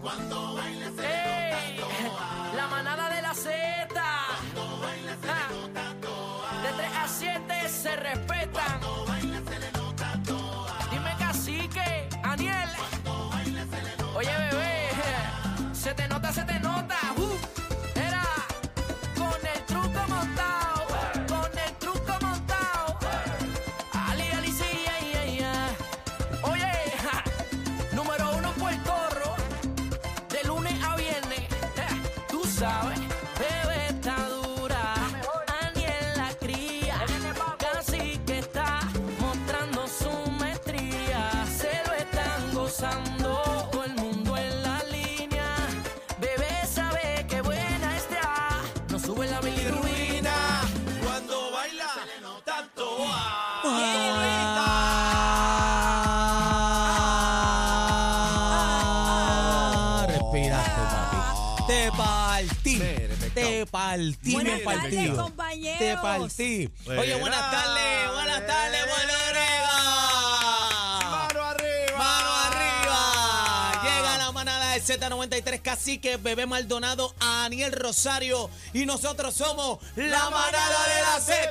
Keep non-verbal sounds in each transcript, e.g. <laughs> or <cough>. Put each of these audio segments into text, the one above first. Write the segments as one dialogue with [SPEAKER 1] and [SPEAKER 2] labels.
[SPEAKER 1] Cuando baila se le
[SPEAKER 2] ¡Ey!
[SPEAKER 1] nota toa.
[SPEAKER 2] La manada de la Z.
[SPEAKER 1] Cuando baila se
[SPEAKER 2] Ah.
[SPEAKER 1] le nota toa.
[SPEAKER 2] De 3 a 7 se respetan.
[SPEAKER 1] Cuando baila se le nota toa.
[SPEAKER 2] Dime cacique, Aniel. Oye, bebé, se te nota, se te nota. Uh, era con el truco montado, con el truco montado. Ali, ali, sí, ay, ay, ay. Oye, ja, número uno Puerto Rico, de lunes a viernes. ja, Tú sabes, bebé está dura. Aniel la cría, casi que está mostrando su maestría. Se lo están gozando todo el mundo en la línea. Bebé sabe que buena está. No sube la bilirruina.
[SPEAKER 1] Cuando baila se le nota toa.
[SPEAKER 3] Respiraste, papi. Te partí.
[SPEAKER 4] Mire, pescado.
[SPEAKER 3] Te partí.
[SPEAKER 5] Buenas
[SPEAKER 3] me
[SPEAKER 5] tardes,
[SPEAKER 3] partido.
[SPEAKER 5] compañeros.
[SPEAKER 3] Te partí. Oye, buenas
[SPEAKER 4] Buenas.
[SPEAKER 3] tardes. Buenas tardes, buen orega.
[SPEAKER 4] Mano arriba.
[SPEAKER 3] Mano
[SPEAKER 4] Ah.
[SPEAKER 3] arriba. Llega la manada de Z93 Cacique, Bebé Maldonado, Aniel Rosario. Y nosotros somos la manada de la Z.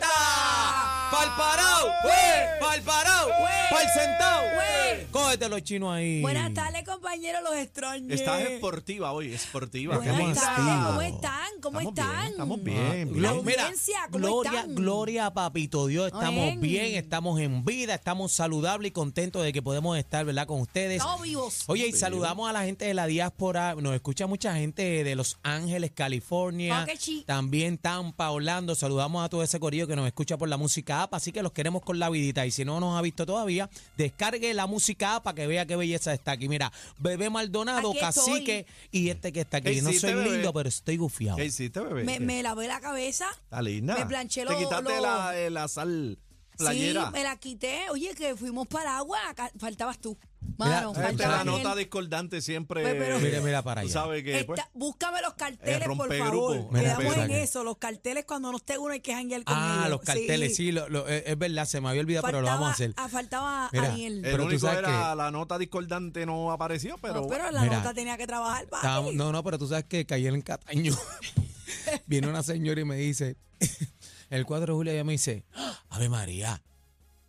[SPEAKER 3] Pal parado, güey. Pal parado, güey. Pal sentado, güey. Cógete los chinos ahí.
[SPEAKER 5] Buenas tardes, compañeros, los extraños.
[SPEAKER 4] Estás esportiva hoy, esportiva.
[SPEAKER 5] Buenas
[SPEAKER 3] Estamos
[SPEAKER 5] tardes, ¿cómo
[SPEAKER 3] activos.
[SPEAKER 5] están? ¿Cómo
[SPEAKER 4] Estamos
[SPEAKER 5] están?
[SPEAKER 4] bien, estamos
[SPEAKER 3] Ah,
[SPEAKER 4] bien.
[SPEAKER 3] Glo-
[SPEAKER 5] bien.
[SPEAKER 3] mira,
[SPEAKER 5] Audiencia, ¿cómo
[SPEAKER 3] gloria,
[SPEAKER 5] están?
[SPEAKER 3] gloria, papito Dios. Estamos
[SPEAKER 5] Amén.
[SPEAKER 3] bien, estamos en vida, estamos saludables y contentos de que podemos estar, ¿verdad? Con ustedes.
[SPEAKER 5] Estamos vivos.
[SPEAKER 3] Oye, y saludamos a la gente de la diáspora. Nos escucha mucha gente de Los Ángeles, California.
[SPEAKER 5] Ah, qué chi.
[SPEAKER 3] También Tampa, Orlando. Saludamos a todo ese corillo que nos escucha por la música app. Así que los queremos con la vidita. Y si no nos ha visto todavía, descargue la música app para que vea qué belleza está aquí. Mira, Bebé Maldonado,
[SPEAKER 5] Aquí estoy.
[SPEAKER 3] Cacique y este que está
[SPEAKER 4] ¿Qué
[SPEAKER 3] aquí. No
[SPEAKER 4] hiciste,
[SPEAKER 3] soy
[SPEAKER 4] bebé?
[SPEAKER 3] lindo, pero estoy gufiado.
[SPEAKER 4] ¿Qué hiciste, bebé?
[SPEAKER 5] Me, me lavé la cabeza.
[SPEAKER 4] este. Está linda.
[SPEAKER 5] me planché
[SPEAKER 4] Te
[SPEAKER 5] lo-
[SPEAKER 4] quitaste
[SPEAKER 5] lo-
[SPEAKER 4] La, eh, la sal
[SPEAKER 5] Sí,
[SPEAKER 4] playera.
[SPEAKER 5] me la quité. Oye, que fuimos para agua. ca- Faltabas tú.
[SPEAKER 3] Mira,
[SPEAKER 5] Mano,
[SPEAKER 3] eh,
[SPEAKER 4] Gente,
[SPEAKER 5] faltaba
[SPEAKER 4] la
[SPEAKER 5] Daniel.
[SPEAKER 4] nota discordante siempre.
[SPEAKER 5] Pues, pero-
[SPEAKER 3] Mira, mira para
[SPEAKER 4] Tú
[SPEAKER 3] allá.
[SPEAKER 4] sabes que, pues,
[SPEAKER 5] Está- búscame los carteles,
[SPEAKER 4] El
[SPEAKER 5] por
[SPEAKER 4] rompegrupo.
[SPEAKER 5] favor.
[SPEAKER 3] Mira,
[SPEAKER 5] Quedamos
[SPEAKER 3] espera
[SPEAKER 5] en
[SPEAKER 3] que-
[SPEAKER 5] eso. Los carteles, cuando no esté uno, hay que janguear con
[SPEAKER 3] Ah,
[SPEAKER 5] ellos.
[SPEAKER 3] los carteles, sí, lo- lo- es es verdad, se me había olvidado, pero lo
[SPEAKER 5] Faltaba-
[SPEAKER 3] vamos a hacer.
[SPEAKER 5] ah, faltaba
[SPEAKER 3] Mira,
[SPEAKER 5] Ariel.
[SPEAKER 3] eh, pero
[SPEAKER 4] el
[SPEAKER 3] tú
[SPEAKER 4] único
[SPEAKER 3] sabes
[SPEAKER 4] era
[SPEAKER 3] que-
[SPEAKER 4] la nota discordante no apareció, pero.
[SPEAKER 5] No, pero la
[SPEAKER 3] Mira.
[SPEAKER 5] nota tenía que trabajar, papi.
[SPEAKER 3] Estábamos- no, no, pero tú sabes que caí en Cataño. <laughs> Viene una señora y me dice, <laughs> el 4 de julio ella me dice, Ave María,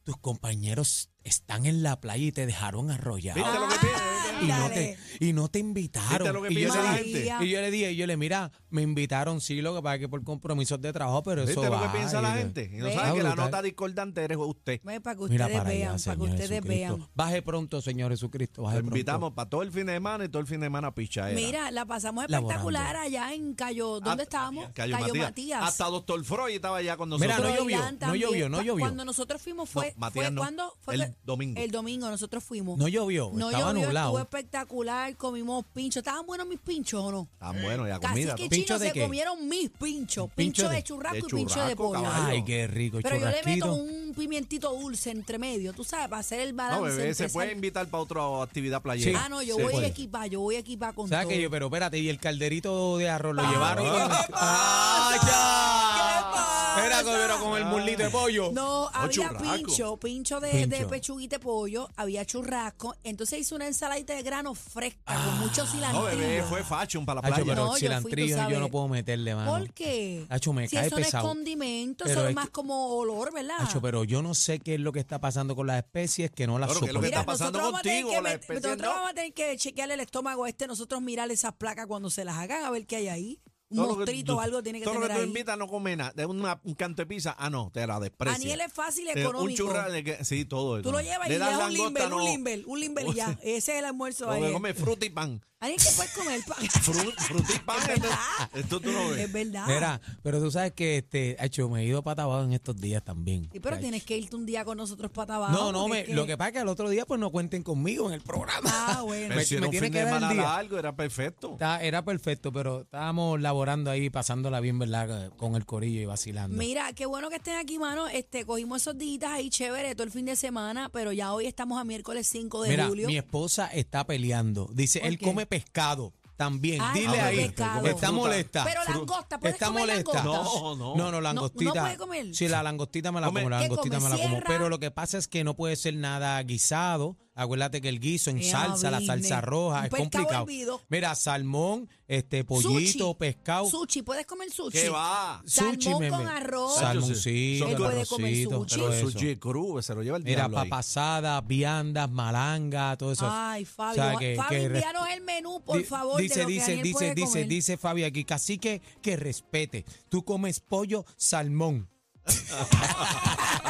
[SPEAKER 3] tus compañeros están en la playa y te dejaron arrollar.
[SPEAKER 4] ¿Viste lo que
[SPEAKER 5] Ah,
[SPEAKER 4] tiene?
[SPEAKER 3] Y no,
[SPEAKER 5] dale.
[SPEAKER 3] te, y no te invitaron.
[SPEAKER 4] ¿Viste lo que
[SPEAKER 3] y, yo
[SPEAKER 4] piensa la
[SPEAKER 3] le
[SPEAKER 4] gente?
[SPEAKER 3] dije, y yo le dije, y yo le mira, me invitaron, sí, lo que pasa es que por compromisos de trabajo, pero eso
[SPEAKER 4] ¿Viste lo que
[SPEAKER 3] va".
[SPEAKER 4] piensa
[SPEAKER 3] Y
[SPEAKER 4] la
[SPEAKER 3] yo-
[SPEAKER 4] gente? Y no
[SPEAKER 5] Ve.
[SPEAKER 4] sabes que la
[SPEAKER 3] Brutal.
[SPEAKER 4] nota discordante eres usted.
[SPEAKER 5] Ve, Pues, para que ustedes
[SPEAKER 3] Mira para allá,
[SPEAKER 5] vean, para que
[SPEAKER 3] Señor
[SPEAKER 5] ustedes
[SPEAKER 3] Jesucristo.
[SPEAKER 5] vean.
[SPEAKER 3] Baje pronto, Señor Jesucristo, baje
[SPEAKER 4] Lo
[SPEAKER 3] pronto.
[SPEAKER 4] invitamos para todo el fin de semana y todo el fin de semana pichaera.
[SPEAKER 5] Mira, la pasamos
[SPEAKER 3] Laborando.
[SPEAKER 5] espectacular allá en Cayo. ¿Dónde
[SPEAKER 4] Hasta-
[SPEAKER 5] estábamos?
[SPEAKER 4] Ah, Cayo, Matías. Hasta Doctor Freud estaba allá con nosotros.
[SPEAKER 3] Mira, no
[SPEAKER 5] Froilán
[SPEAKER 3] llovió, no
[SPEAKER 5] también.
[SPEAKER 3] llovió, no
[SPEAKER 5] Cu-
[SPEAKER 3] llovió.
[SPEAKER 5] Cuando nosotros fuimos fue,
[SPEAKER 4] No, Matías
[SPEAKER 5] fue
[SPEAKER 4] no.
[SPEAKER 5] cuando fue
[SPEAKER 4] El
[SPEAKER 5] que-
[SPEAKER 4] domingo.
[SPEAKER 5] El domingo nosotros fuimos.
[SPEAKER 3] No llovió,
[SPEAKER 5] No
[SPEAKER 3] estaba
[SPEAKER 5] llovió,
[SPEAKER 3] nublado.
[SPEAKER 5] estuvo espectacular, comimos pinchos. ¿Estaban buenos mis pinchos o no?
[SPEAKER 4] Tan bueno, y la
[SPEAKER 5] Casi
[SPEAKER 4] comida.
[SPEAKER 5] que
[SPEAKER 4] ¿no?
[SPEAKER 3] ¿Pincho
[SPEAKER 5] chinos
[SPEAKER 3] de
[SPEAKER 5] se
[SPEAKER 3] qué?
[SPEAKER 5] comieron mis pinchos. Pincho,
[SPEAKER 3] ¿Pincho
[SPEAKER 5] de,
[SPEAKER 3] de-
[SPEAKER 5] churrasco
[SPEAKER 4] de
[SPEAKER 5] y pincho de
[SPEAKER 4] churrasco,
[SPEAKER 5] pollo.
[SPEAKER 4] caballo.
[SPEAKER 3] Ay, qué rico, el
[SPEAKER 5] Pero yo le meto
[SPEAKER 3] churrasquito.
[SPEAKER 5] un pimientito dulce entre medio, tú sabes, para hacer el balance.
[SPEAKER 4] No, bebé, se
[SPEAKER 5] entre
[SPEAKER 4] puede
[SPEAKER 5] sal-
[SPEAKER 4] invitar para otra actividad playera.
[SPEAKER 5] Ah, no, yo
[SPEAKER 4] Se
[SPEAKER 5] voy
[SPEAKER 4] puede.
[SPEAKER 5] a equipar, yo voy a equipar con
[SPEAKER 3] ¿Sabes
[SPEAKER 5] todo.
[SPEAKER 3] que yo? Pero espérate, y el calderito de arroz lo llevaron.
[SPEAKER 5] <laughs>
[SPEAKER 4] ¿qué
[SPEAKER 3] con-
[SPEAKER 4] te
[SPEAKER 3] ¡Ah,
[SPEAKER 5] ¿Qué
[SPEAKER 3] ya!
[SPEAKER 5] pasa?
[SPEAKER 3] Era con- pero con el mulito de pollo.
[SPEAKER 5] No,
[SPEAKER 4] Oh,
[SPEAKER 5] había
[SPEAKER 4] churrasco.
[SPEAKER 5] pincho, pincho de,
[SPEAKER 3] Pincho.
[SPEAKER 5] de pechuguita de pollo, había churrasco. Entonces hice una ensaladita de grano fresca con mucho
[SPEAKER 4] Ah, No,
[SPEAKER 5] cilantro.
[SPEAKER 4] bebé, fue fashion para la
[SPEAKER 3] Hacho,
[SPEAKER 4] playa.
[SPEAKER 3] pero
[SPEAKER 5] No, yo fui,
[SPEAKER 3] el
[SPEAKER 5] tú
[SPEAKER 3] cilantrillo yo,
[SPEAKER 5] sabes.
[SPEAKER 3] no puedo meterle mano.
[SPEAKER 5] ¿Por qué?
[SPEAKER 4] Ah,
[SPEAKER 3] Hacho, me
[SPEAKER 5] si
[SPEAKER 3] cae
[SPEAKER 5] eso
[SPEAKER 3] pesado.
[SPEAKER 5] no es condimento,
[SPEAKER 3] Pero
[SPEAKER 5] eso es
[SPEAKER 3] es
[SPEAKER 5] más
[SPEAKER 3] que-
[SPEAKER 5] como olor, ¿verdad?
[SPEAKER 3] Hacho, pero yo no sé qué es lo que está pasando con las especies que no las
[SPEAKER 4] Claro, que es lo
[SPEAKER 3] soporto.
[SPEAKER 4] que
[SPEAKER 5] Mira,
[SPEAKER 4] está pasando
[SPEAKER 5] nosotros, vamos a tener
[SPEAKER 4] contigo,
[SPEAKER 5] que
[SPEAKER 4] la
[SPEAKER 5] met-
[SPEAKER 4] especie,
[SPEAKER 5] nosotros
[SPEAKER 4] ¿no?
[SPEAKER 5] vamos a tener que chequearle el estómago a este, nosotros mirar esas placas cuando se las hagan, a ver qué hay ahí. Un
[SPEAKER 4] Todo lo que
[SPEAKER 5] mostrito
[SPEAKER 4] tú-
[SPEAKER 5] o algo tiene que
[SPEAKER 4] Todo lo
[SPEAKER 5] tener
[SPEAKER 4] que tú
[SPEAKER 5] ahí.
[SPEAKER 4] invitas no come nada. De una- un canto de pizza, ah, no, te la desprecia.
[SPEAKER 5] Daniel es fácil
[SPEAKER 4] Te-
[SPEAKER 5] y
[SPEAKER 4] Un
[SPEAKER 5] económico.
[SPEAKER 4] churra de que- sí, todo.
[SPEAKER 5] Tú lo llevas y
[SPEAKER 4] Le
[SPEAKER 5] le
[SPEAKER 4] das
[SPEAKER 5] das un
[SPEAKER 4] langosta,
[SPEAKER 5] limber, un
[SPEAKER 4] no.
[SPEAKER 5] limber, un limber y
[SPEAKER 4] <laughs>
[SPEAKER 5] ya. Ese es el almuerzo
[SPEAKER 4] No,
[SPEAKER 5] ahí.
[SPEAKER 4] que come fruta y pan.
[SPEAKER 5] Alguien que puedes comer pa-
[SPEAKER 4] <laughs> Fru-
[SPEAKER 5] <laughs>
[SPEAKER 4] Fruta y pan. esto- Esto tú lo
[SPEAKER 5] Es
[SPEAKER 4] ves.
[SPEAKER 5] verdad.
[SPEAKER 3] Mira, pero tú sabes que este, hacho, me he ido para abajo en estos días también.
[SPEAKER 5] Sí, pero
[SPEAKER 3] Hacho.
[SPEAKER 5] tienes que irte un día con nosotros para abajo.
[SPEAKER 3] No, no,
[SPEAKER 5] porque
[SPEAKER 3] me-
[SPEAKER 5] es
[SPEAKER 3] lo que pasa es que al otro día pues no cuenten conmigo en el programa. <laughs>
[SPEAKER 5] Ah, bueno.
[SPEAKER 3] Me-
[SPEAKER 4] Pero si era
[SPEAKER 3] me
[SPEAKER 4] un
[SPEAKER 3] tiene
[SPEAKER 4] fin de
[SPEAKER 3] que dar el
[SPEAKER 4] semana
[SPEAKER 3] día.
[SPEAKER 4] largo, era perfecto.
[SPEAKER 3] Está- era perfecto, pero estábamos laborando ahí, pasándola bien, ¿verdad? Con el corillo y vacilando.
[SPEAKER 5] Mira, qué bueno que estés aquí, mano. Este, cogimos esos días ahí chévere todo el fin de semana, pero ya hoy estamos a miércoles 5 de
[SPEAKER 3] Mira,
[SPEAKER 5] julio.
[SPEAKER 3] mi esposa está peleando. Dice,
[SPEAKER 5] ¿Por
[SPEAKER 3] él
[SPEAKER 5] qué?
[SPEAKER 3] come pescado también.
[SPEAKER 5] Ay,
[SPEAKER 3] Dile
[SPEAKER 5] come
[SPEAKER 3] ahí.
[SPEAKER 5] pescado.
[SPEAKER 3] Está
[SPEAKER 4] Fruta.
[SPEAKER 3] molesta.
[SPEAKER 5] Pero
[SPEAKER 3] Fru-
[SPEAKER 5] langosta, ¿puedes
[SPEAKER 3] Está
[SPEAKER 5] comer
[SPEAKER 3] molesta.
[SPEAKER 5] langosta?
[SPEAKER 4] No, no.
[SPEAKER 3] No, no,
[SPEAKER 5] No, no
[SPEAKER 3] langostita.
[SPEAKER 5] puede comer.
[SPEAKER 3] Sí, la langostita me la
[SPEAKER 4] Come-
[SPEAKER 3] como, la
[SPEAKER 5] ¿Qué
[SPEAKER 3] langostita me
[SPEAKER 5] come?
[SPEAKER 3] la como.
[SPEAKER 5] Sierra.
[SPEAKER 3] Pero lo que pasa es que no puede ser nada guisado, Acuérdate que el guiso en
[SPEAKER 5] Ea,
[SPEAKER 3] salsa, la
[SPEAKER 5] business.
[SPEAKER 3] salsa roja,
[SPEAKER 5] Un
[SPEAKER 3] es
[SPEAKER 5] pescado
[SPEAKER 3] complicado.
[SPEAKER 5] hervido.
[SPEAKER 3] Mira, salmón, este pollito,
[SPEAKER 5] Sushi.
[SPEAKER 3] pescado.
[SPEAKER 5] Sushi, ¿puedes comer sushi?
[SPEAKER 4] ¿Qué va?
[SPEAKER 5] Salmón
[SPEAKER 3] Sushi,
[SPEAKER 5] con
[SPEAKER 3] meme.
[SPEAKER 5] arroz.
[SPEAKER 3] Salmoncito,
[SPEAKER 4] Él puede
[SPEAKER 3] arrocito,
[SPEAKER 5] comer sushi.
[SPEAKER 3] todo
[SPEAKER 4] Pero
[SPEAKER 3] eso.
[SPEAKER 4] el sushi crudo se lo lleva el
[SPEAKER 3] Mira,
[SPEAKER 4] diablo ahí.
[SPEAKER 3] papasadas, viandas, malangas, todo eso.
[SPEAKER 5] Ay,
[SPEAKER 3] O
[SPEAKER 5] Fabio.
[SPEAKER 3] sea, que-
[SPEAKER 5] Fabio,
[SPEAKER 3] que re-
[SPEAKER 5] envíanos el menú, por
[SPEAKER 3] Di-
[SPEAKER 5] favor.
[SPEAKER 3] Dice,
[SPEAKER 5] de lo que
[SPEAKER 3] dice,
[SPEAKER 5] Aniel
[SPEAKER 3] dice,
[SPEAKER 5] puede
[SPEAKER 3] dice,
[SPEAKER 5] comer.
[SPEAKER 3] dice Fabio aquí, casi que, que respete. Tú comes pollo, salmón. <laughs>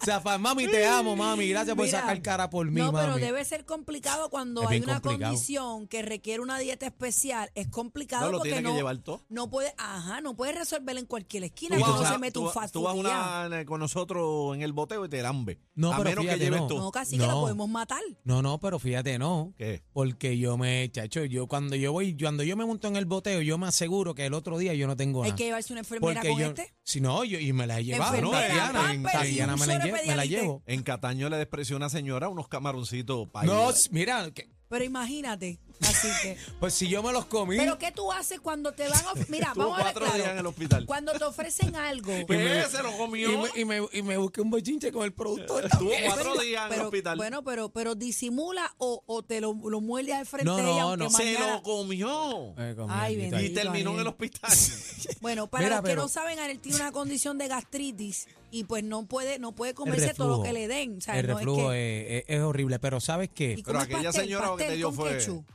[SPEAKER 3] o sea, fa- mami, te amo, mami. Gracias por
[SPEAKER 5] Mira,
[SPEAKER 3] sacar cara por mí,
[SPEAKER 5] No,
[SPEAKER 3] mami.
[SPEAKER 5] pero debe ser complicado cuando
[SPEAKER 3] Es
[SPEAKER 5] hay
[SPEAKER 3] bien
[SPEAKER 5] una
[SPEAKER 3] complicado.
[SPEAKER 5] condición que requiere una dieta especial. Es complicado
[SPEAKER 4] No, lo
[SPEAKER 5] porque
[SPEAKER 4] tiene que
[SPEAKER 5] no,
[SPEAKER 4] llevar todo.
[SPEAKER 5] no puede, ajá, no puede resolverla en cualquier esquina.
[SPEAKER 4] Tú
[SPEAKER 3] Y
[SPEAKER 4] vas,
[SPEAKER 5] Cuando
[SPEAKER 4] a-
[SPEAKER 5] se mete
[SPEAKER 4] tú
[SPEAKER 5] un
[SPEAKER 4] vas-
[SPEAKER 5] fast
[SPEAKER 4] tú
[SPEAKER 5] food
[SPEAKER 4] vas
[SPEAKER 5] y ya.
[SPEAKER 4] una, con nosotros en el boteo y te lambe.
[SPEAKER 3] No,
[SPEAKER 4] a
[SPEAKER 3] pero
[SPEAKER 4] menos
[SPEAKER 3] fíjate,
[SPEAKER 4] que lleves
[SPEAKER 3] no.
[SPEAKER 4] tú.
[SPEAKER 5] No, casi que la
[SPEAKER 3] No.
[SPEAKER 5] podemos matar.
[SPEAKER 3] No, no, pero fíjate, no.
[SPEAKER 4] ¿Qué?
[SPEAKER 3] Porque yo me, chacho, yo cuando yo voy, yo- cuando yo me monto en el boteo, yo me aseguro que el otro día yo no tengo
[SPEAKER 5] Hay
[SPEAKER 3] nada.
[SPEAKER 5] que llevarse una enfermera
[SPEAKER 3] Porque
[SPEAKER 5] con
[SPEAKER 3] yo,
[SPEAKER 5] este.
[SPEAKER 3] si no, yo, y me las he llevado, ¿no?
[SPEAKER 5] Enfermera,
[SPEAKER 3] Tatiana,
[SPEAKER 5] Pampers y
[SPEAKER 3] Tatiana
[SPEAKER 5] un
[SPEAKER 3] me las
[SPEAKER 5] solo
[SPEAKER 3] lle- me las
[SPEAKER 5] pedialite.
[SPEAKER 3] llevo.
[SPEAKER 4] En Cataño le despreció una señora unos camaroncitos para
[SPEAKER 3] No, s- mira, que-
[SPEAKER 5] Pero imagínate. Así
[SPEAKER 3] <laughs>
[SPEAKER 5] que.
[SPEAKER 3] pues si yo me los comí.
[SPEAKER 5] Pero ¿qué tú haces cuando te van a...
[SPEAKER 4] <laughs>
[SPEAKER 5] of- Mira,
[SPEAKER 4] Estuvo
[SPEAKER 5] vamos a ver
[SPEAKER 4] cuatro días en el
[SPEAKER 5] claro.
[SPEAKER 4] hospital.
[SPEAKER 5] Cuando te ofrecen
[SPEAKER 4] <laughs>
[SPEAKER 5] algo...
[SPEAKER 3] Y me-
[SPEAKER 4] ¿Qué? Se lo comió.
[SPEAKER 3] Y me, y, me, y me busqué un bochinche con el productor.
[SPEAKER 4] Estuvo
[SPEAKER 3] también.
[SPEAKER 4] cuatro
[SPEAKER 3] <laughs>
[SPEAKER 4] días en el
[SPEAKER 5] pero-
[SPEAKER 4] hospital.
[SPEAKER 5] Bueno, pero, pero disimula o, o te lo, lo muele al frente
[SPEAKER 3] No,
[SPEAKER 5] de ella.
[SPEAKER 3] no,
[SPEAKER 5] aunque
[SPEAKER 3] no.
[SPEAKER 4] se
[SPEAKER 5] mañana-
[SPEAKER 4] lo comió.
[SPEAKER 3] Ay, con
[SPEAKER 5] Ay,
[SPEAKER 3] mi
[SPEAKER 5] bendito.
[SPEAKER 4] Y
[SPEAKER 5] Ahí,
[SPEAKER 4] terminó en
[SPEAKER 5] Daniel.
[SPEAKER 4] el
[SPEAKER 3] <laughs>
[SPEAKER 4] hospital.
[SPEAKER 5] Bueno, para
[SPEAKER 3] Mira,
[SPEAKER 5] los que
[SPEAKER 3] pero-
[SPEAKER 5] no saben, Anel tiene una condición de gastritis y pues no puede, no puede comerse todo lo que le den. O sea,
[SPEAKER 3] el
[SPEAKER 5] no
[SPEAKER 3] reflujo
[SPEAKER 5] es que,
[SPEAKER 3] es, es- es horrible, pero ¿sabes
[SPEAKER 5] y
[SPEAKER 3] qué?
[SPEAKER 4] Pero
[SPEAKER 5] comes
[SPEAKER 4] aquella
[SPEAKER 5] pastel,
[SPEAKER 4] señora lo que te
[SPEAKER 5] pastel
[SPEAKER 4] dio
[SPEAKER 5] con
[SPEAKER 4] fue-
[SPEAKER 5] ketchup.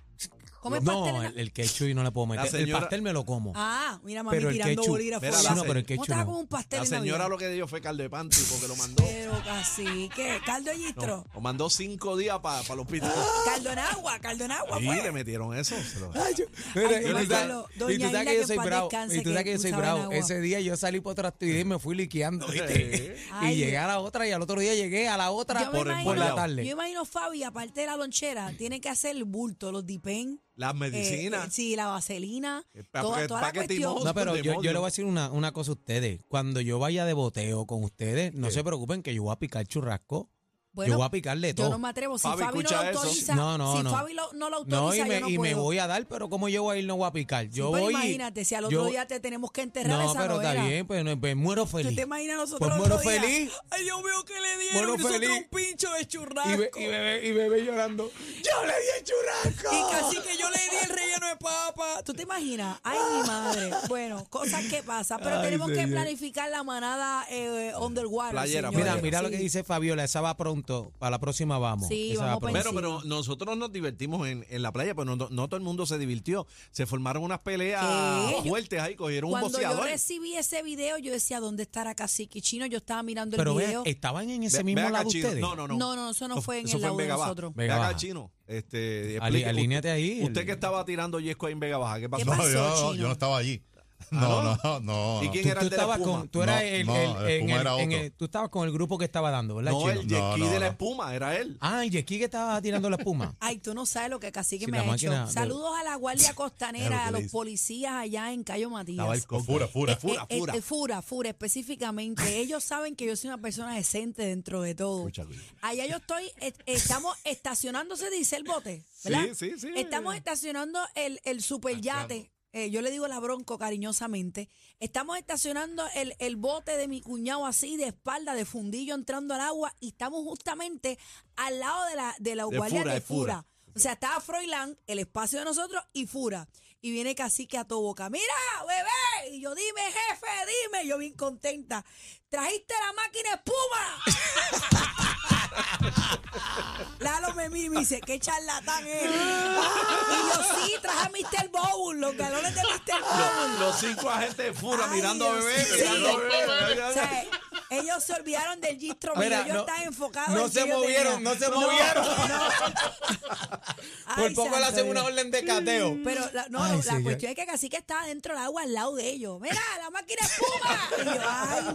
[SPEAKER 5] Comes pastel
[SPEAKER 3] No,
[SPEAKER 5] en la-
[SPEAKER 3] el, el ketchup no le puedo meter.
[SPEAKER 4] señora-
[SPEAKER 3] el pastel me lo como.
[SPEAKER 5] Ah, mira, mami,
[SPEAKER 3] pero el
[SPEAKER 5] tirando
[SPEAKER 3] ketchup.
[SPEAKER 5] bolígrafo.
[SPEAKER 4] Mira,
[SPEAKER 5] ya.
[SPEAKER 4] la
[SPEAKER 3] Sí, no, pero el
[SPEAKER 5] ¿Cómo
[SPEAKER 3] ketchup
[SPEAKER 5] te vas
[SPEAKER 3] no.
[SPEAKER 5] con un pastel
[SPEAKER 4] La
[SPEAKER 5] en
[SPEAKER 4] señora
[SPEAKER 5] Navidad?
[SPEAKER 4] lo que dio fue caldo de panty porque lo mandó.
[SPEAKER 5] Pero casi que, caldo de
[SPEAKER 4] no,
[SPEAKER 5] gistro.
[SPEAKER 4] lo mandó cinco días para el hospital.
[SPEAKER 5] Caldo en agua, caldo en agua.
[SPEAKER 4] Y
[SPEAKER 5] pues.
[SPEAKER 4] le metieron eso. se lo-
[SPEAKER 3] Ay, yo- y
[SPEAKER 5] Ay, yo
[SPEAKER 3] tú
[SPEAKER 5] me
[SPEAKER 3] sabes-
[SPEAKER 5] acuerdo,
[SPEAKER 3] y
[SPEAKER 5] doña
[SPEAKER 3] tú sabes
[SPEAKER 5] Hilda,
[SPEAKER 3] que yo
[SPEAKER 5] que
[SPEAKER 3] soy
[SPEAKER 5] en paz
[SPEAKER 3] bravo.
[SPEAKER 5] descanse,
[SPEAKER 3] Y tú sabes
[SPEAKER 5] que
[SPEAKER 3] que yo soy
[SPEAKER 5] usaba en
[SPEAKER 3] bravo.
[SPEAKER 5] agua.
[SPEAKER 3] Ese día yo salí por otra actividad y me fui liqueando. ¿viste?
[SPEAKER 4] Eh,
[SPEAKER 5] Ay,
[SPEAKER 3] y llegué a la otra y al otro día llegué a la otra
[SPEAKER 5] Yo me
[SPEAKER 3] por,
[SPEAKER 5] imagino-
[SPEAKER 3] por la
[SPEAKER 5] Yo
[SPEAKER 3] tarde.
[SPEAKER 5] imagino Fabi, aparte de la lonchera, tiene que hacer el bulto, los dipen.
[SPEAKER 4] Las medicinas.
[SPEAKER 5] eh, sí, la vaselina.
[SPEAKER 4] Eh, pa-
[SPEAKER 5] Toda,
[SPEAKER 4] porque-
[SPEAKER 5] toda
[SPEAKER 4] pa'
[SPEAKER 5] la
[SPEAKER 4] que te
[SPEAKER 5] cuestión.
[SPEAKER 4] imosa.
[SPEAKER 3] No, pero yo, yo
[SPEAKER 4] demonio.
[SPEAKER 3] le voy a decir una, una cosa a ustedes. Cuando yo vaya de boteo con ustedes, no
[SPEAKER 4] ¿Qué?
[SPEAKER 3] se preocupen que yo voy a picar churrasco. yo voy a picarle todo.
[SPEAKER 5] Yo no me atrevo. Si
[SPEAKER 4] Fabi,
[SPEAKER 5] Fabi, no lo
[SPEAKER 4] escucha eso.
[SPEAKER 5] autoriza,
[SPEAKER 3] No, no,
[SPEAKER 5] si
[SPEAKER 3] no.
[SPEAKER 5] Fabi lo- no
[SPEAKER 3] No,
[SPEAKER 5] lo
[SPEAKER 3] y
[SPEAKER 5] autoriza,
[SPEAKER 3] me,
[SPEAKER 5] yo no
[SPEAKER 3] y me
[SPEAKER 5] puedo.
[SPEAKER 3] voy a dar, pero como yo voy a ir, no voy a picar.
[SPEAKER 5] Sí,
[SPEAKER 3] Yo
[SPEAKER 5] pero
[SPEAKER 3] voy.
[SPEAKER 5] imagínate, si al otro
[SPEAKER 3] yo-
[SPEAKER 5] día te tenemos que enterrar
[SPEAKER 3] No,
[SPEAKER 5] esa
[SPEAKER 3] pero está
[SPEAKER 5] novela.
[SPEAKER 3] bien, pues, no, pues, muero
[SPEAKER 5] ¿Tú
[SPEAKER 3] feliz.
[SPEAKER 5] te imaginas nosotros
[SPEAKER 3] Pues
[SPEAKER 5] al
[SPEAKER 3] muero
[SPEAKER 5] otro día?
[SPEAKER 3] feliz.
[SPEAKER 5] Ay, yo veo que le dieron
[SPEAKER 3] Muero
[SPEAKER 5] y nosotros
[SPEAKER 3] feliz.
[SPEAKER 5] un pincho de churrasco.
[SPEAKER 3] Y, be- y bebé, y bebé llorando. ¡Yo le di el churrasco!
[SPEAKER 5] Y casi que yo le di el relleno de papa. ¿Tú te imaginas? Ay, mi madre. Bueno, cosas que pasan, pero
[SPEAKER 3] Ay,
[SPEAKER 5] tenemos que
[SPEAKER 3] señor.
[SPEAKER 5] planificar la manada eh, underwater.
[SPEAKER 4] Playera,
[SPEAKER 5] señores.
[SPEAKER 3] Mira, mira lo que
[SPEAKER 5] Sí.
[SPEAKER 3] dice Fabiola, esa va pronto. Para la próxima vamos.
[SPEAKER 5] pues, Sí,
[SPEAKER 3] Esa va
[SPEAKER 5] vamos pa'
[SPEAKER 3] pronto.
[SPEAKER 5] encima.
[SPEAKER 4] Pero, pero nosotros nos divertimos en, en la playa, pero no, no todo el mundo se divirtió. Se formaron unas peleas
[SPEAKER 5] ¿Qué? Yo-
[SPEAKER 4] fuertes ahí, cogieron un
[SPEAKER 5] Cuando yo
[SPEAKER 4] boceador.
[SPEAKER 5] recibí ese video, yo decía, ¿dónde estará Cacique Chino? Yo estaba mirando el
[SPEAKER 3] Pero vean,
[SPEAKER 5] video.
[SPEAKER 3] estaban en ese
[SPEAKER 4] Ve-
[SPEAKER 3] mismo
[SPEAKER 4] ve acá,
[SPEAKER 3] lado
[SPEAKER 4] Chino.
[SPEAKER 3] ustedes.
[SPEAKER 4] No, no, no.
[SPEAKER 5] No, no, eso no fue en el lado de
[SPEAKER 4] Vega Baja.
[SPEAKER 5] nosotros.
[SPEAKER 4] Ve
[SPEAKER 3] Vega
[SPEAKER 4] acá,
[SPEAKER 3] Baja.
[SPEAKER 4] chino. Este,
[SPEAKER 3] Ali-
[SPEAKER 4] explique.
[SPEAKER 3] alíneate ahí.
[SPEAKER 4] Usted,
[SPEAKER 3] El-
[SPEAKER 4] usted que estaba tirando yesco ahí en Vega Baja, ¿qué pasó?
[SPEAKER 5] ¿Qué pasó,
[SPEAKER 6] yo,
[SPEAKER 5] Chino?
[SPEAKER 6] yo no estaba allí. No,
[SPEAKER 4] ¿Ah,
[SPEAKER 6] no, no.
[SPEAKER 4] ¿Y
[SPEAKER 6] no.
[SPEAKER 4] quién
[SPEAKER 3] Tú,
[SPEAKER 4] era
[SPEAKER 3] tú
[SPEAKER 4] el de la
[SPEAKER 3] estabas
[SPEAKER 4] espuma?
[SPEAKER 3] con, tú eras
[SPEAKER 6] No,
[SPEAKER 3] el,
[SPEAKER 6] no,
[SPEAKER 3] el-
[SPEAKER 6] el
[SPEAKER 3] en
[SPEAKER 6] espuma
[SPEAKER 3] el-
[SPEAKER 6] era
[SPEAKER 3] en
[SPEAKER 6] otro.
[SPEAKER 3] el- tú estabas con el grupo que estaba dando, ¿verdad,
[SPEAKER 4] No,
[SPEAKER 3] Chino?
[SPEAKER 4] el yesquí
[SPEAKER 6] No, no,
[SPEAKER 4] de la
[SPEAKER 6] no.
[SPEAKER 4] espuma, era él.
[SPEAKER 3] Ah, y aquí que estaba tirando la espuma.
[SPEAKER 5] Ay, tú no sabes lo que Cacique
[SPEAKER 3] Sí,
[SPEAKER 5] me
[SPEAKER 3] la
[SPEAKER 5] ha
[SPEAKER 3] máquina
[SPEAKER 5] hecho.
[SPEAKER 3] de-
[SPEAKER 5] Saludos a la Guardia
[SPEAKER 6] Claro que
[SPEAKER 5] Costanera, a
[SPEAKER 6] le
[SPEAKER 5] los
[SPEAKER 6] hice.
[SPEAKER 5] policías allá en Cayo
[SPEAKER 4] Estaba el
[SPEAKER 5] Matías.
[SPEAKER 4] coco.
[SPEAKER 6] Fura, fura.
[SPEAKER 5] Eh,
[SPEAKER 4] Fura,
[SPEAKER 5] eh,
[SPEAKER 4] fura.
[SPEAKER 5] eh, fura,
[SPEAKER 4] <laughs>
[SPEAKER 5] fura, específicamente. Ellos saben que yo soy una persona decente dentro de todo.
[SPEAKER 4] Escucha, Luis.
[SPEAKER 5] Allá yo estoy, est- estamos estacionándose, dice el bote, ¿verdad?
[SPEAKER 4] Sí, sí, sí.
[SPEAKER 5] Estamos estacionando el, el superyate. eh, yo le digo la bronco cariñosamente. Estamos estacionando el, el bote de mi cuñado así, de espalda, de fundillo, entrando al agua. Y estamos justamente al lado de la, de la
[SPEAKER 4] De
[SPEAKER 5] guardia
[SPEAKER 4] Fura,
[SPEAKER 5] de
[SPEAKER 4] de Fura.
[SPEAKER 5] Fura. O sea, estaba Froilán, el espacio de nosotros y Fura. Y viene cacique a tu boca. ¡Mira, bebé! Y yo, dime, jefe, dime. Yo bien contenta. Trajiste la máquina de espuma. Lalo me mira y me dice, qué charlatán
[SPEAKER 3] <laughs>
[SPEAKER 5] es. y yo, sí, traje a Mr. Bowl, los galones de Mr. Bowl.
[SPEAKER 4] Los, los cinco agentes de Fura
[SPEAKER 5] Ay,
[SPEAKER 4] mirando a
[SPEAKER 5] Dios
[SPEAKER 4] bebé.
[SPEAKER 5] mío.
[SPEAKER 4] mirando a bebé.
[SPEAKER 5] O sea, ellos se olvidaron del gistro mío.
[SPEAKER 3] <laughs> Mira,
[SPEAKER 5] Ellos
[SPEAKER 3] no-
[SPEAKER 5] están enfocados
[SPEAKER 3] no
[SPEAKER 5] en
[SPEAKER 3] se
[SPEAKER 5] que yo
[SPEAKER 3] movieron,
[SPEAKER 5] tenía.
[SPEAKER 3] no se movieron.
[SPEAKER 5] Ay,
[SPEAKER 3] <laughs> Por poco le
[SPEAKER 5] santo
[SPEAKER 3] hacen una
[SPEAKER 5] Dios. Mm,
[SPEAKER 3] orden de cateo.
[SPEAKER 5] Pero la, no,
[SPEAKER 3] Ay,
[SPEAKER 5] la
[SPEAKER 3] señor.
[SPEAKER 5] cuestión es que Cacique estaba dentro del agua al lado de ellos. Mira, la máquina espuma. Y yo,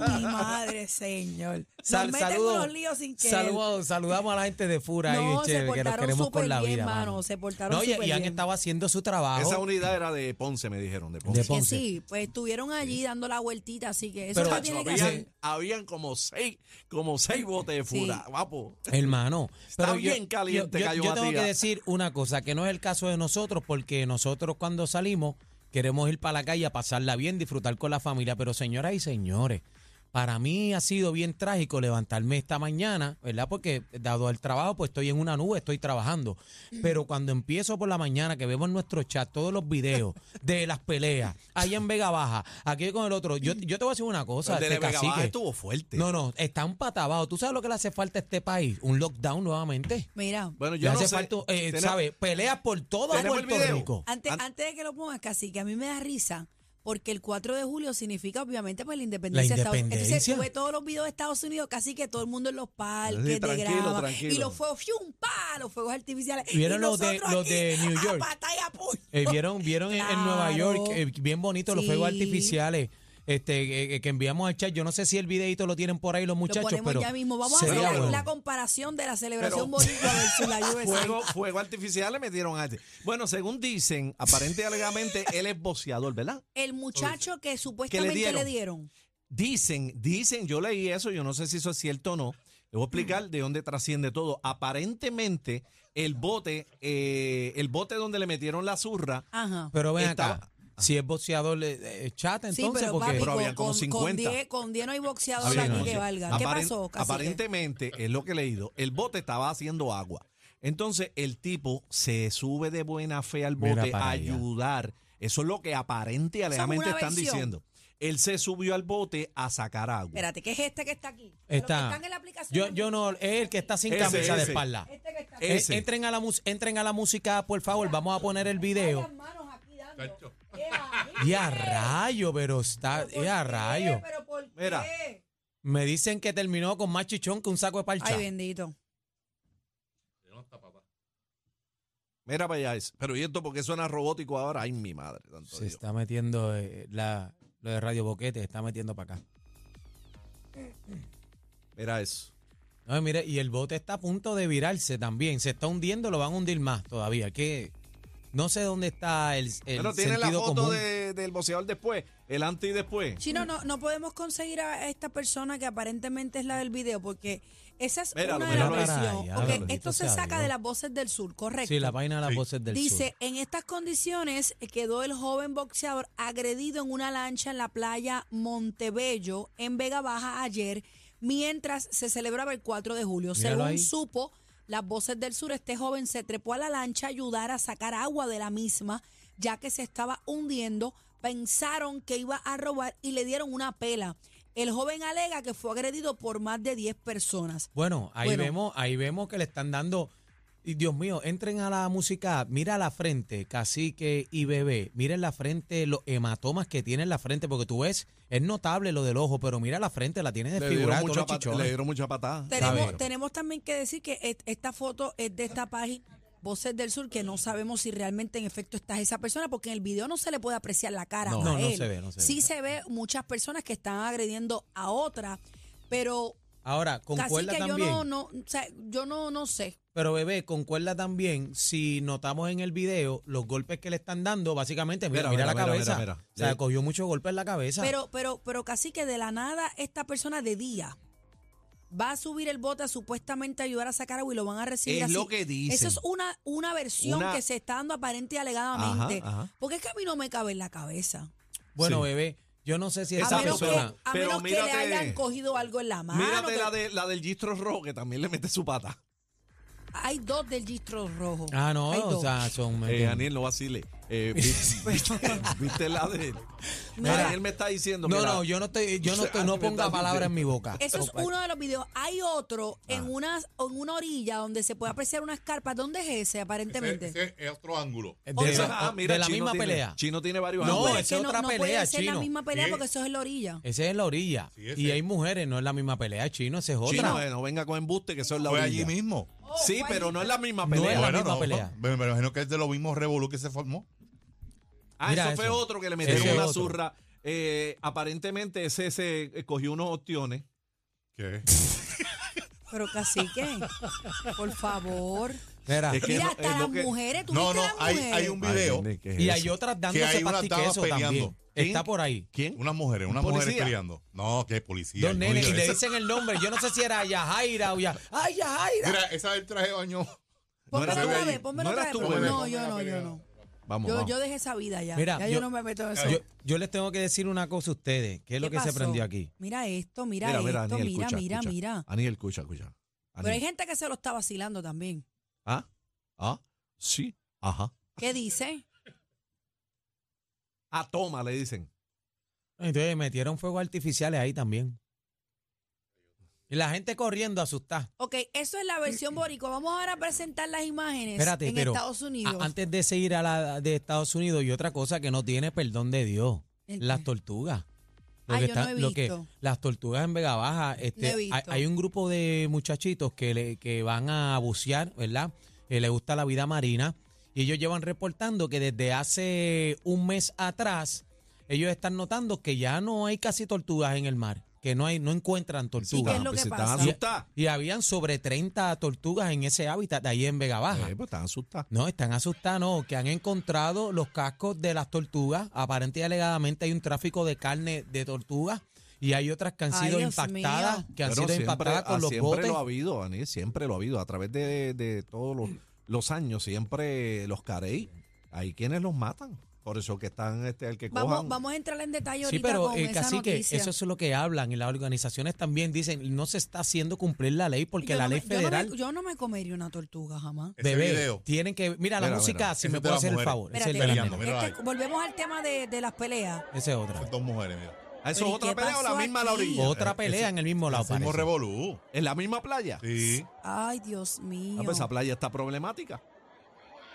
[SPEAKER 3] <laughs>
[SPEAKER 5] ay, mi madre, señor. Nos
[SPEAKER 3] Sal-
[SPEAKER 5] meten
[SPEAKER 3] saludo-
[SPEAKER 5] unos líos sin querer.
[SPEAKER 3] saludo- saludamos a la gente de Fura y
[SPEAKER 5] No,
[SPEAKER 3] de
[SPEAKER 5] se
[SPEAKER 3] Chévere, que los
[SPEAKER 5] portaron
[SPEAKER 3] queremos por
[SPEAKER 5] súper
[SPEAKER 3] la
[SPEAKER 5] bien,
[SPEAKER 3] vida.
[SPEAKER 5] mano, se portaron
[SPEAKER 3] no, y,
[SPEAKER 5] súper
[SPEAKER 3] y han
[SPEAKER 5] bien.
[SPEAKER 3] estado haciendo su trabajo.
[SPEAKER 4] Esa unidad era de Ponce, me dijeron, de Ponce.
[SPEAKER 3] De
[SPEAKER 5] Que
[SPEAKER 3] Ponce.
[SPEAKER 5] sí, pues estuvieron allí dando la vueltita, así que eso
[SPEAKER 3] Pero-
[SPEAKER 5] no tiene que
[SPEAKER 3] Chacho,
[SPEAKER 5] hacer.
[SPEAKER 4] habían, habían como seis, como seis botes de
[SPEAKER 5] Sí.
[SPEAKER 4] Fura, guapo.
[SPEAKER 3] Hermano,
[SPEAKER 4] Está
[SPEAKER 3] pero
[SPEAKER 4] bien
[SPEAKER 3] yo,
[SPEAKER 4] caliente,
[SPEAKER 3] yo- yo-
[SPEAKER 4] Cayo
[SPEAKER 3] yo tengo que
[SPEAKER 4] Matías.
[SPEAKER 3] decir una cosa, que no es el caso de nosotros, porque nosotros cuando salimos queremos ir para la calle a pasarla bien, disfrutar con la familia, pero señoras y señores, Para mí ha sido bien trágico levantarme esta mañana, ¿verdad? Porque dado al trabajo, pues estoy en una nube, estoy trabajando. Pero cuando empiezo por la mañana, que vemos en nuestro chat todos los videos de las peleas, allá en Vega Baja, aquí con el otro, yo, yo te voy a decir una cosa.
[SPEAKER 4] El de
[SPEAKER 3] este
[SPEAKER 4] Vega Baja
[SPEAKER 3] cacique.
[SPEAKER 4] estuvo fuerte.
[SPEAKER 3] No, no, está un pata abajo. ¿Tú sabes lo que le hace falta a este país? Un lockdown nuevamente.
[SPEAKER 5] Mira,
[SPEAKER 4] Bueno,
[SPEAKER 3] Le
[SPEAKER 4] yo no
[SPEAKER 3] hace
[SPEAKER 4] sé.
[SPEAKER 3] falta, eh,
[SPEAKER 4] Tenemos-
[SPEAKER 3] ¿sabes? Peleas por todo
[SPEAKER 4] ¿Tenemos el
[SPEAKER 3] Puerto
[SPEAKER 4] video?
[SPEAKER 3] Rico.
[SPEAKER 5] antes,
[SPEAKER 4] an-
[SPEAKER 5] antes de que lo pongas, casi que a mí me da risa. Porque el 4 de julio significa obviamente pues la independencia, de Estados Unidos. Entonces
[SPEAKER 3] independencia.
[SPEAKER 5] tuve todos los videos de Estados Unidos, casi que todo el mundo en los parques
[SPEAKER 4] Sí,
[SPEAKER 5] de
[SPEAKER 4] tranquilo,
[SPEAKER 5] grama.
[SPEAKER 4] tranquilo.
[SPEAKER 5] Y los fuegos, ¡fium! ¡pa! Los fuegos artificiales.
[SPEAKER 3] ¿Vieron
[SPEAKER 5] Y
[SPEAKER 3] los de-
[SPEAKER 5] nosotros
[SPEAKER 3] los de
[SPEAKER 5] aquí,
[SPEAKER 3] New
[SPEAKER 5] a
[SPEAKER 3] York?
[SPEAKER 5] pata y a puño.
[SPEAKER 3] Eh, vieron vieron en- en Nueva
[SPEAKER 5] Claro.
[SPEAKER 3] York, eh, bien bonito, los fuegos
[SPEAKER 5] Sí.
[SPEAKER 3] artificiales este, eh, que enviamos al chat. Yo no sé si el videito lo tienen por ahí los
[SPEAKER 5] Lo
[SPEAKER 3] muchachos,
[SPEAKER 5] ponemos
[SPEAKER 3] pero
[SPEAKER 5] ya mismo. Vamos a
[SPEAKER 3] sería
[SPEAKER 5] hacer la,
[SPEAKER 3] bueno.
[SPEAKER 5] la comparación de la celebración
[SPEAKER 4] Pero-
[SPEAKER 5] bonita
[SPEAKER 3] <laughs>
[SPEAKER 5] versus la USA.
[SPEAKER 4] Fuego, fuego artificial le metieron a este. Bueno, según dicen, aparente y alegadamente, él es boceador, ¿verdad?
[SPEAKER 5] El muchacho que supuestamente
[SPEAKER 4] dieron?
[SPEAKER 5] le dieron.
[SPEAKER 4] Dicen, dicen, yo leí eso, yo no sé si eso es cierto o no. Les voy a explicar de dónde trasciende todo. Aparentemente, el bote, eh, el bote donde le metieron la zurra,
[SPEAKER 5] Ajá.
[SPEAKER 3] Pero ven
[SPEAKER 4] Estaba-
[SPEAKER 3] acá, si es boxeador, eh, eh, chat
[SPEAKER 5] sí,
[SPEAKER 3] entonces,
[SPEAKER 5] pero
[SPEAKER 3] porque...
[SPEAKER 5] papi,
[SPEAKER 4] Pero
[SPEAKER 5] con,
[SPEAKER 4] habían como
[SPEAKER 5] con- Con
[SPEAKER 4] 50.
[SPEAKER 5] 10, con 10 no hay boxeador
[SPEAKER 4] Habían
[SPEAKER 5] aquí
[SPEAKER 4] como
[SPEAKER 5] que
[SPEAKER 4] 100.
[SPEAKER 5] valga. ¿Qué
[SPEAKER 4] Aparen-
[SPEAKER 5] pasó, cacique?
[SPEAKER 4] Aparentemente, es lo que he leído, el bote estaba haciendo agua. Entonces, el tipo se sube de buena fe al
[SPEAKER 3] Mira
[SPEAKER 4] bote
[SPEAKER 3] para
[SPEAKER 4] a
[SPEAKER 3] allá.
[SPEAKER 4] ayudar. Eso es lo que aparente y
[SPEAKER 5] es
[SPEAKER 4] alegadamente
[SPEAKER 5] una
[SPEAKER 4] están
[SPEAKER 5] versión.
[SPEAKER 4] diciendo. Él se subió al bote a sacar agua.
[SPEAKER 5] Espérate, ¿qué es este que está aquí? Los que
[SPEAKER 3] Está.
[SPEAKER 5] están en la aplicación.
[SPEAKER 3] Yo, yo no, es el que está sin
[SPEAKER 4] Ese,
[SPEAKER 3] camisa de
[SPEAKER 4] ese.
[SPEAKER 3] espalda.
[SPEAKER 5] Este que está aquí.
[SPEAKER 4] Eh, Ese.
[SPEAKER 3] Eh, Entren a, la mus- entren a la música, por favor. Vamos a poner el video.
[SPEAKER 5] Las manos aquí dando. Ea,
[SPEAKER 3] <laughs> Y a rayo, pero está.
[SPEAKER 5] ¿por
[SPEAKER 3] Y a
[SPEAKER 5] qué?
[SPEAKER 3] rayo.
[SPEAKER 5] ¿Pero por qué?
[SPEAKER 4] Mira.
[SPEAKER 3] Me dicen que terminó con más chichón que un saco de parcha.
[SPEAKER 5] Ay, bendito.
[SPEAKER 4] Mira para allá. ese. Pero ¿y esto por qué suena robótico ahora? Ay, mi madre. santo
[SPEAKER 3] Se
[SPEAKER 4] Dios.
[SPEAKER 3] está metiendo eh, la, lo de Radio Boquete, se está metiendo para acá.
[SPEAKER 4] Mira eso.
[SPEAKER 3] No, mire, y el bote está a punto de virarse también. Se está hundiendo, lo van a hundir más todavía. Que no sé dónde está el, el
[SPEAKER 4] Pero tiene
[SPEAKER 3] sentido
[SPEAKER 4] la foto
[SPEAKER 3] común.
[SPEAKER 4] de- del boceador después, el antes y después.
[SPEAKER 5] Chino, no, no podemos conseguir a esta persona que aparentemente es la del video, porque esa es
[SPEAKER 4] Míralo,
[SPEAKER 5] una de las
[SPEAKER 4] míralo ahí.
[SPEAKER 5] versiones.
[SPEAKER 3] Ay,
[SPEAKER 5] Porque
[SPEAKER 3] bendito
[SPEAKER 5] esto se
[SPEAKER 3] sea
[SPEAKER 5] saca
[SPEAKER 3] Dios.
[SPEAKER 5] de las voces del sur, correcto.
[SPEAKER 3] Sí, la página de las
[SPEAKER 6] Sí.
[SPEAKER 3] voces del
[SPEAKER 5] Dice,
[SPEAKER 3] sur.
[SPEAKER 5] en estas condiciones eh, quedó el joven boxeador agredido en una lancha en la playa Montebello, en Vega Baja, ayer, mientras se celebraba el 4 de julio.
[SPEAKER 3] Míralo
[SPEAKER 5] Según
[SPEAKER 3] ahí.
[SPEAKER 5] supo las voces del sur, este joven se trepó a la lancha a ayudar a sacar agua de la misma, ya que se estaba hundiendo. Pensaron que iba a robar y le dieron una pela. El joven alega que fue agredido por más de 10 personas.
[SPEAKER 3] Bueno, ahí
[SPEAKER 5] Bueno.
[SPEAKER 3] vemos, ahí vemos que le están dando. Y Dios mío, entren a la música, mira la frente, cacique y bebé, miren la frente, los hematomas que tiene en la frente, porque tú ves, es notable lo del ojo, pero mira la frente, la tiene
[SPEAKER 4] Le dieron,
[SPEAKER 3] desfigurada de todos
[SPEAKER 4] mucha
[SPEAKER 3] los
[SPEAKER 4] pat- le
[SPEAKER 3] chichones.
[SPEAKER 4] dieron mucha patada.
[SPEAKER 5] Tenemos,
[SPEAKER 3] Sabero.
[SPEAKER 5] tenemos también que decir que et- esta foto es de esta página Voces del Sur, que no sabemos si realmente en efecto está esa persona, porque en el video no se le puede apreciar la cara.
[SPEAKER 3] No,
[SPEAKER 5] a
[SPEAKER 3] no, no
[SPEAKER 5] él.
[SPEAKER 3] se ve, no se ve.
[SPEAKER 5] sí se ve muchas personas que están agrediendo a otra, pero
[SPEAKER 3] Ahora,
[SPEAKER 5] casi
[SPEAKER 3] concuerda
[SPEAKER 5] que yo
[SPEAKER 3] también.
[SPEAKER 5] no, no, o sea, yo no, no sé.
[SPEAKER 3] Pero bebé, concuerda también, si notamos en el video, los golpes que le están dando, básicamente, mira,
[SPEAKER 4] Mira,
[SPEAKER 3] mira,
[SPEAKER 4] mira,
[SPEAKER 3] la
[SPEAKER 4] mira,
[SPEAKER 3] cabeza.
[SPEAKER 4] mira, mira.
[SPEAKER 3] O sea,
[SPEAKER 4] Le-
[SPEAKER 3] cogió muchos golpes en la cabeza.
[SPEAKER 5] Pero, pero, pero casi que de la nada esta persona de día va a subir el bote a supuestamente ayudar a sacar agua y lo van a recibir
[SPEAKER 4] Es
[SPEAKER 5] así.
[SPEAKER 4] lo que dicen.
[SPEAKER 5] Esa es una, una versión
[SPEAKER 4] Una-
[SPEAKER 5] que se está dando aparente y alegadamente.
[SPEAKER 4] Ajá, ajá.
[SPEAKER 5] Porque es que a mí no me cabe en la cabeza.
[SPEAKER 3] bueno,
[SPEAKER 4] Sí.
[SPEAKER 3] bebé, yo no sé si
[SPEAKER 5] A
[SPEAKER 3] esa
[SPEAKER 5] menos,
[SPEAKER 3] persona.
[SPEAKER 5] Ah, que, a
[SPEAKER 4] Pero
[SPEAKER 5] menos que
[SPEAKER 4] mírate-
[SPEAKER 5] le hayan cogido algo en la mano.
[SPEAKER 4] Mírate
[SPEAKER 5] que-
[SPEAKER 4] la, de, la del Gistro Rojo, que también le mete su pata.
[SPEAKER 5] Hay dos del gistro rojo.
[SPEAKER 3] Ah, no,
[SPEAKER 5] Hay
[SPEAKER 3] o
[SPEAKER 5] dos.
[SPEAKER 3] sea, son. ¿me
[SPEAKER 4] Eh,
[SPEAKER 3] entiendes?
[SPEAKER 4] Daniel, no vacile.
[SPEAKER 3] <laughs>
[SPEAKER 4] Eh, ¿viste, viste la de él?
[SPEAKER 5] Mira.
[SPEAKER 4] Daniel me está diciendo
[SPEAKER 3] no,
[SPEAKER 4] que la-
[SPEAKER 3] no, yo no estoy, yo no estoy,
[SPEAKER 4] Ah,
[SPEAKER 3] no
[SPEAKER 4] me está
[SPEAKER 3] ponga palabras en mi boca.
[SPEAKER 5] Eso es uno de los videos. Hay otro
[SPEAKER 4] Ah.
[SPEAKER 5] en, una, en una orilla donde se puede apreciar unas carpas. ¿Dónde es ese, aparentemente?
[SPEAKER 4] Eh,
[SPEAKER 6] Ese, ese es otro ángulo.
[SPEAKER 3] De,
[SPEAKER 4] Eso-
[SPEAKER 3] la-
[SPEAKER 4] ah, mira,
[SPEAKER 3] de la
[SPEAKER 4] Chino
[SPEAKER 3] misma
[SPEAKER 4] tiene-
[SPEAKER 3] pelea.
[SPEAKER 4] Chino tiene varios
[SPEAKER 3] No,
[SPEAKER 4] ángulos.
[SPEAKER 5] Pero
[SPEAKER 3] esa es
[SPEAKER 5] no,
[SPEAKER 3] otra
[SPEAKER 5] no
[SPEAKER 3] pelea,
[SPEAKER 5] puede ser la
[SPEAKER 3] Chino.
[SPEAKER 5] misma pelea
[SPEAKER 6] Sí.
[SPEAKER 5] porque eso es en la orilla.
[SPEAKER 3] Esa es la orilla.
[SPEAKER 6] Sí, ese.
[SPEAKER 3] y hay mujeres, no es la misma pelea, chino, esa es otra.
[SPEAKER 4] Chino, eh, no venga con embuste, que eso es la
[SPEAKER 6] Fue
[SPEAKER 4] orilla.
[SPEAKER 6] allí mismo.
[SPEAKER 4] Sí, pero no es la misma
[SPEAKER 3] No
[SPEAKER 4] pelea.
[SPEAKER 3] es la misma
[SPEAKER 6] no,
[SPEAKER 3] pelea.
[SPEAKER 6] Me, me imagino que es de los mismos revolú que se formó.
[SPEAKER 4] Ah,
[SPEAKER 3] Mira
[SPEAKER 4] eso fue
[SPEAKER 3] eso.
[SPEAKER 4] otro que le metieron
[SPEAKER 3] Ese es
[SPEAKER 4] una
[SPEAKER 3] otro.
[SPEAKER 4] zurra. Eh, aparentemente ese se eh, cogió unos ostiones.
[SPEAKER 3] <laughs>
[SPEAKER 6] ¿Qué?
[SPEAKER 5] Pero cacique, por favor.
[SPEAKER 3] Mira,
[SPEAKER 4] Es que
[SPEAKER 5] Mira,
[SPEAKER 4] no-
[SPEAKER 5] hasta
[SPEAKER 4] es lo
[SPEAKER 5] las
[SPEAKER 4] que-
[SPEAKER 5] mujeres, tú
[SPEAKER 6] No,
[SPEAKER 5] viste
[SPEAKER 6] no,
[SPEAKER 5] las
[SPEAKER 6] hay,
[SPEAKER 5] mujeres.
[SPEAKER 6] hay un video.
[SPEAKER 4] Ay, ¿qué es
[SPEAKER 3] y
[SPEAKER 4] eso?
[SPEAKER 3] hay otras dándose
[SPEAKER 6] hay unas damas
[SPEAKER 3] pastiqueso también.
[SPEAKER 6] peleando.
[SPEAKER 3] Está por ahí.
[SPEAKER 4] ¿Quién?
[SPEAKER 6] Unas mujeres, unas
[SPEAKER 4] ¿Un
[SPEAKER 6] mujeres
[SPEAKER 4] policía?
[SPEAKER 6] peleando. No, que policía.
[SPEAKER 3] Dos
[SPEAKER 6] no
[SPEAKER 3] nenes, y
[SPEAKER 6] diga
[SPEAKER 3] le
[SPEAKER 6] eso.
[SPEAKER 3] dicen el nombre. Yo no sé si era Yajaira o ya. ¡Ay, Yajaira!
[SPEAKER 6] Mira, esa del traje de baño. <laughs>
[SPEAKER 5] Pónmelo
[SPEAKER 4] No era tú
[SPEAKER 5] otra
[SPEAKER 4] ahí.
[SPEAKER 5] vez,
[SPEAKER 4] No
[SPEAKER 5] pónmelo otra
[SPEAKER 4] eras
[SPEAKER 5] vez.
[SPEAKER 4] tú, bebé.
[SPEAKER 5] No, yo no, yo no.
[SPEAKER 4] Vamos,
[SPEAKER 5] Yo,
[SPEAKER 4] vamos.
[SPEAKER 5] yo dejé esa vida ya.
[SPEAKER 3] Mira,
[SPEAKER 5] ya yo,
[SPEAKER 3] yo-
[SPEAKER 5] no me meto en eso.
[SPEAKER 3] Yo, yo les tengo que decir una cosa a ustedes, que es lo
[SPEAKER 5] ¿Qué
[SPEAKER 3] que se
[SPEAKER 5] pasó?
[SPEAKER 3] prendió aquí.
[SPEAKER 5] Mira esto, mira, esto,
[SPEAKER 4] Aniel,
[SPEAKER 5] mira,
[SPEAKER 4] escucha,
[SPEAKER 5] mira,
[SPEAKER 4] escucha.
[SPEAKER 5] mira.
[SPEAKER 4] Aniel, escucha, escucha.
[SPEAKER 5] Pero hay
[SPEAKER 4] Aniel.
[SPEAKER 5] gente que se lo está vacilando también.
[SPEAKER 4] Ah, ah, sí, ajá.
[SPEAKER 5] ¿Qué dice?
[SPEAKER 4] A toma, le dicen.
[SPEAKER 3] Entonces metieron fuegos artificiales ahí también. Y la gente corriendo asustada.
[SPEAKER 5] Ok, eso es la versión boricua. Vamos ahora a presentar las imágenes
[SPEAKER 3] Espérate,
[SPEAKER 5] en
[SPEAKER 3] pero
[SPEAKER 5] Estados Unidos.
[SPEAKER 3] a- antes de seguir a la de Estados Unidos y otra cosa que no tiene perdón de Dios,
[SPEAKER 5] ¿El
[SPEAKER 3] las
[SPEAKER 5] qué?
[SPEAKER 3] tortugas.
[SPEAKER 5] Ah, yo no he
[SPEAKER 3] lo que-
[SPEAKER 5] visto.
[SPEAKER 3] las tortugas en Vega Baja,
[SPEAKER 5] No he
[SPEAKER 3] este,
[SPEAKER 5] visto.
[SPEAKER 3] hay, hay un grupo de muchachitos que, le- que van a bucear, ¿verdad? Eh, les gusta la vida marina y ellos llevan reportando que desde hace un mes atrás ellos están notando que ya no hay casi tortugas en el mar, que no hay no encuentran
[SPEAKER 5] Sí, ¿qué
[SPEAKER 3] tortugas.
[SPEAKER 5] es lo
[SPEAKER 4] Pues
[SPEAKER 5] que
[SPEAKER 4] están
[SPEAKER 5] pasa?
[SPEAKER 4] asu- Asustadas.
[SPEAKER 3] Y, y habían sobre 30 tortugas en ese hábitat de ahí en Vega Baja.
[SPEAKER 4] Eh, pues están asustadas.
[SPEAKER 3] No, están asustados, no, que han encontrado los cascos de las tortugas. Aparente y alegadamente hay un tráfico de carne de tortugas y hay otras que han
[SPEAKER 5] Ay,
[SPEAKER 3] sido
[SPEAKER 5] Dios
[SPEAKER 3] impactadas,
[SPEAKER 5] mío.
[SPEAKER 3] que han
[SPEAKER 4] Pero
[SPEAKER 3] sido impactadas
[SPEAKER 4] ah,
[SPEAKER 3] con los
[SPEAKER 4] siempre
[SPEAKER 3] botes.
[SPEAKER 4] lo ha habido, Aniel, siempre lo ha habido. A través de, de todos los, los años, siempre los carey, hay quienes los matan. Por eso que están, este, al que
[SPEAKER 5] Vamos,
[SPEAKER 4] cojan.
[SPEAKER 5] vamos a entrar en detalle
[SPEAKER 3] Sí,
[SPEAKER 5] ahorita
[SPEAKER 3] pero
[SPEAKER 5] con
[SPEAKER 3] eh,
[SPEAKER 5] esa
[SPEAKER 3] casi que
[SPEAKER 5] noticia.
[SPEAKER 3] eso es lo que hablan y las organizaciones también dicen, no se está haciendo cumplir la ley porque
[SPEAKER 5] Yo
[SPEAKER 3] la
[SPEAKER 5] no me-
[SPEAKER 3] ley
[SPEAKER 5] yo no me-
[SPEAKER 3] federal...
[SPEAKER 5] Yo no, me, comería una tortuga jamás.
[SPEAKER 6] Ese
[SPEAKER 3] bebé,
[SPEAKER 6] video.
[SPEAKER 3] tienen que... Mira, la
[SPEAKER 4] Mira,
[SPEAKER 3] música,
[SPEAKER 4] mira,
[SPEAKER 3] si
[SPEAKER 6] ese
[SPEAKER 3] me
[SPEAKER 6] es de
[SPEAKER 3] puede
[SPEAKER 6] las
[SPEAKER 3] hacer el
[SPEAKER 6] mujeres.
[SPEAKER 3] favor. Ese
[SPEAKER 5] Espérate,
[SPEAKER 3] es el
[SPEAKER 6] Peleando,
[SPEAKER 3] peleando.
[SPEAKER 6] mira
[SPEAKER 5] es
[SPEAKER 6] ahí.
[SPEAKER 5] que volvemos al tema de, de las peleas.
[SPEAKER 3] Esa es otra.
[SPEAKER 6] Esas dos mujeres, mira.
[SPEAKER 4] Ah, ¿Eso es
[SPEAKER 5] Pero, ¿y
[SPEAKER 4] otra
[SPEAKER 5] qué
[SPEAKER 4] pelea o la
[SPEAKER 5] pasó
[SPEAKER 4] misma a la
[SPEAKER 5] aquí?
[SPEAKER 4] orilla?
[SPEAKER 3] Otra pelea en el mismo lado.
[SPEAKER 6] Hicimos
[SPEAKER 3] parece.
[SPEAKER 6] revolú.
[SPEAKER 4] ¿En la misma playa?
[SPEAKER 6] Sí.
[SPEAKER 5] Ay, Dios mío.
[SPEAKER 4] Ah, pues esa playa está problemática.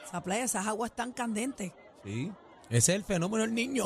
[SPEAKER 5] Esa playa, esas aguas tan candentes.
[SPEAKER 3] <laughs>
[SPEAKER 4] Sí.
[SPEAKER 3] Ese es el fenómeno del niño.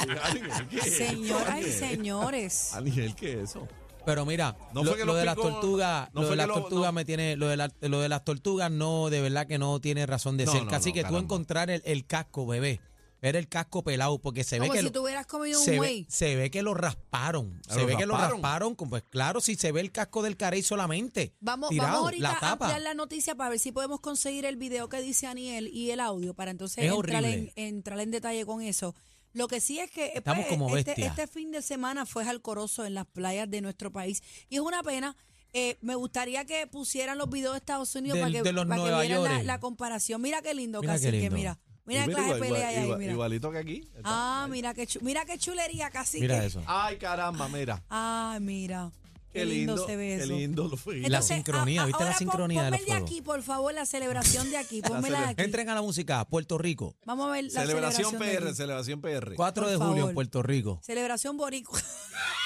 [SPEAKER 4] Aniel, ¿qué es eso,
[SPEAKER 5] Señoras y
[SPEAKER 4] Aniel?
[SPEAKER 5] señores.
[SPEAKER 4] Aniel, ¿qué es eso?
[SPEAKER 3] Pero mira,
[SPEAKER 4] No
[SPEAKER 3] lo,
[SPEAKER 4] fue que
[SPEAKER 3] lo
[SPEAKER 4] lo
[SPEAKER 3] de las
[SPEAKER 4] picó-
[SPEAKER 3] tortugas,
[SPEAKER 4] no
[SPEAKER 3] lo de
[SPEAKER 4] fue que
[SPEAKER 3] las
[SPEAKER 4] lo-
[SPEAKER 3] tortugas
[SPEAKER 4] no.
[SPEAKER 3] me tiene, lo de, la- lo de las tortugas no, de verdad que no tiene razón de
[SPEAKER 4] No,
[SPEAKER 3] ser.
[SPEAKER 4] no,
[SPEAKER 3] Así
[SPEAKER 4] no,
[SPEAKER 3] que tú
[SPEAKER 4] caramba.
[SPEAKER 3] encontrar el, el casco, bebé, ver el casco pelado, porque se ve
[SPEAKER 5] Como
[SPEAKER 3] que
[SPEAKER 5] si
[SPEAKER 3] lo-
[SPEAKER 5] tú hubieras comido
[SPEAKER 3] se,
[SPEAKER 5] un
[SPEAKER 3] ve,
[SPEAKER 5] güey.
[SPEAKER 3] se ve que lo rasparon,
[SPEAKER 4] Ah,
[SPEAKER 3] se
[SPEAKER 4] lo
[SPEAKER 3] ve que lo
[SPEAKER 4] rasparon.
[SPEAKER 3] rasparon, con- pues claro, si se ve el casco del carey solamente,
[SPEAKER 5] Vamos,
[SPEAKER 3] tirado,
[SPEAKER 5] vamos ahorita
[SPEAKER 3] la
[SPEAKER 5] a
[SPEAKER 3] tapa.
[SPEAKER 5] ampliar la noticia para ver si podemos conseguir el video que dice Aniel y el audio para entonces
[SPEAKER 3] Es
[SPEAKER 5] entrar en,
[SPEAKER 3] horrible.
[SPEAKER 5] entrar en detalle con eso. Lo que sí es que eh,
[SPEAKER 3] Estamos como
[SPEAKER 5] este,
[SPEAKER 3] bestias.
[SPEAKER 5] este fin de semana fue alcoroso en las playas de nuestro país y es una pena. Eh, me gustaría que pusieran los videos de Estados Unidos
[SPEAKER 3] Del-
[SPEAKER 5] para que,
[SPEAKER 3] de los
[SPEAKER 5] para que
[SPEAKER 3] Nueva
[SPEAKER 5] vieran la,
[SPEAKER 3] York.
[SPEAKER 5] la comparación. Mira qué lindo,
[SPEAKER 3] Mira qué
[SPEAKER 5] cacique,
[SPEAKER 3] lindo.
[SPEAKER 5] mira. Mira
[SPEAKER 4] Y
[SPEAKER 5] qué clase de
[SPEAKER 4] igual-
[SPEAKER 5] pelea hay ahí,
[SPEAKER 4] igual-
[SPEAKER 5] mira.
[SPEAKER 4] Igualito que aquí. Está-
[SPEAKER 5] ah, mira qué, chu- mira qué chulería, cacique.
[SPEAKER 3] Mira eso.
[SPEAKER 4] Ay, caramba, mira.
[SPEAKER 5] Ah, mira.
[SPEAKER 4] Qué, lindo,
[SPEAKER 5] se ve
[SPEAKER 4] Qué
[SPEAKER 5] eso.
[SPEAKER 4] lindo lo fue.
[SPEAKER 3] La sincronía,
[SPEAKER 5] a- a-
[SPEAKER 3] ¿viste la
[SPEAKER 5] ahora pon-
[SPEAKER 3] sincronía de
[SPEAKER 5] ponme
[SPEAKER 3] los
[SPEAKER 5] el de
[SPEAKER 3] fuegos?
[SPEAKER 5] aquí, por favor, la celebración de aquí. Pónmela de aquí.
[SPEAKER 3] Entren a la música, Puerto Rico,
[SPEAKER 5] Vamos a ver la
[SPEAKER 4] Celebración,
[SPEAKER 5] celebración. de
[SPEAKER 4] PR,
[SPEAKER 5] aquí.
[SPEAKER 4] celebración PR.
[SPEAKER 3] 4
[SPEAKER 5] Por
[SPEAKER 3] de julio
[SPEAKER 5] favor.
[SPEAKER 3] en Puerto Rico.
[SPEAKER 5] Celebración boricua. <laughs>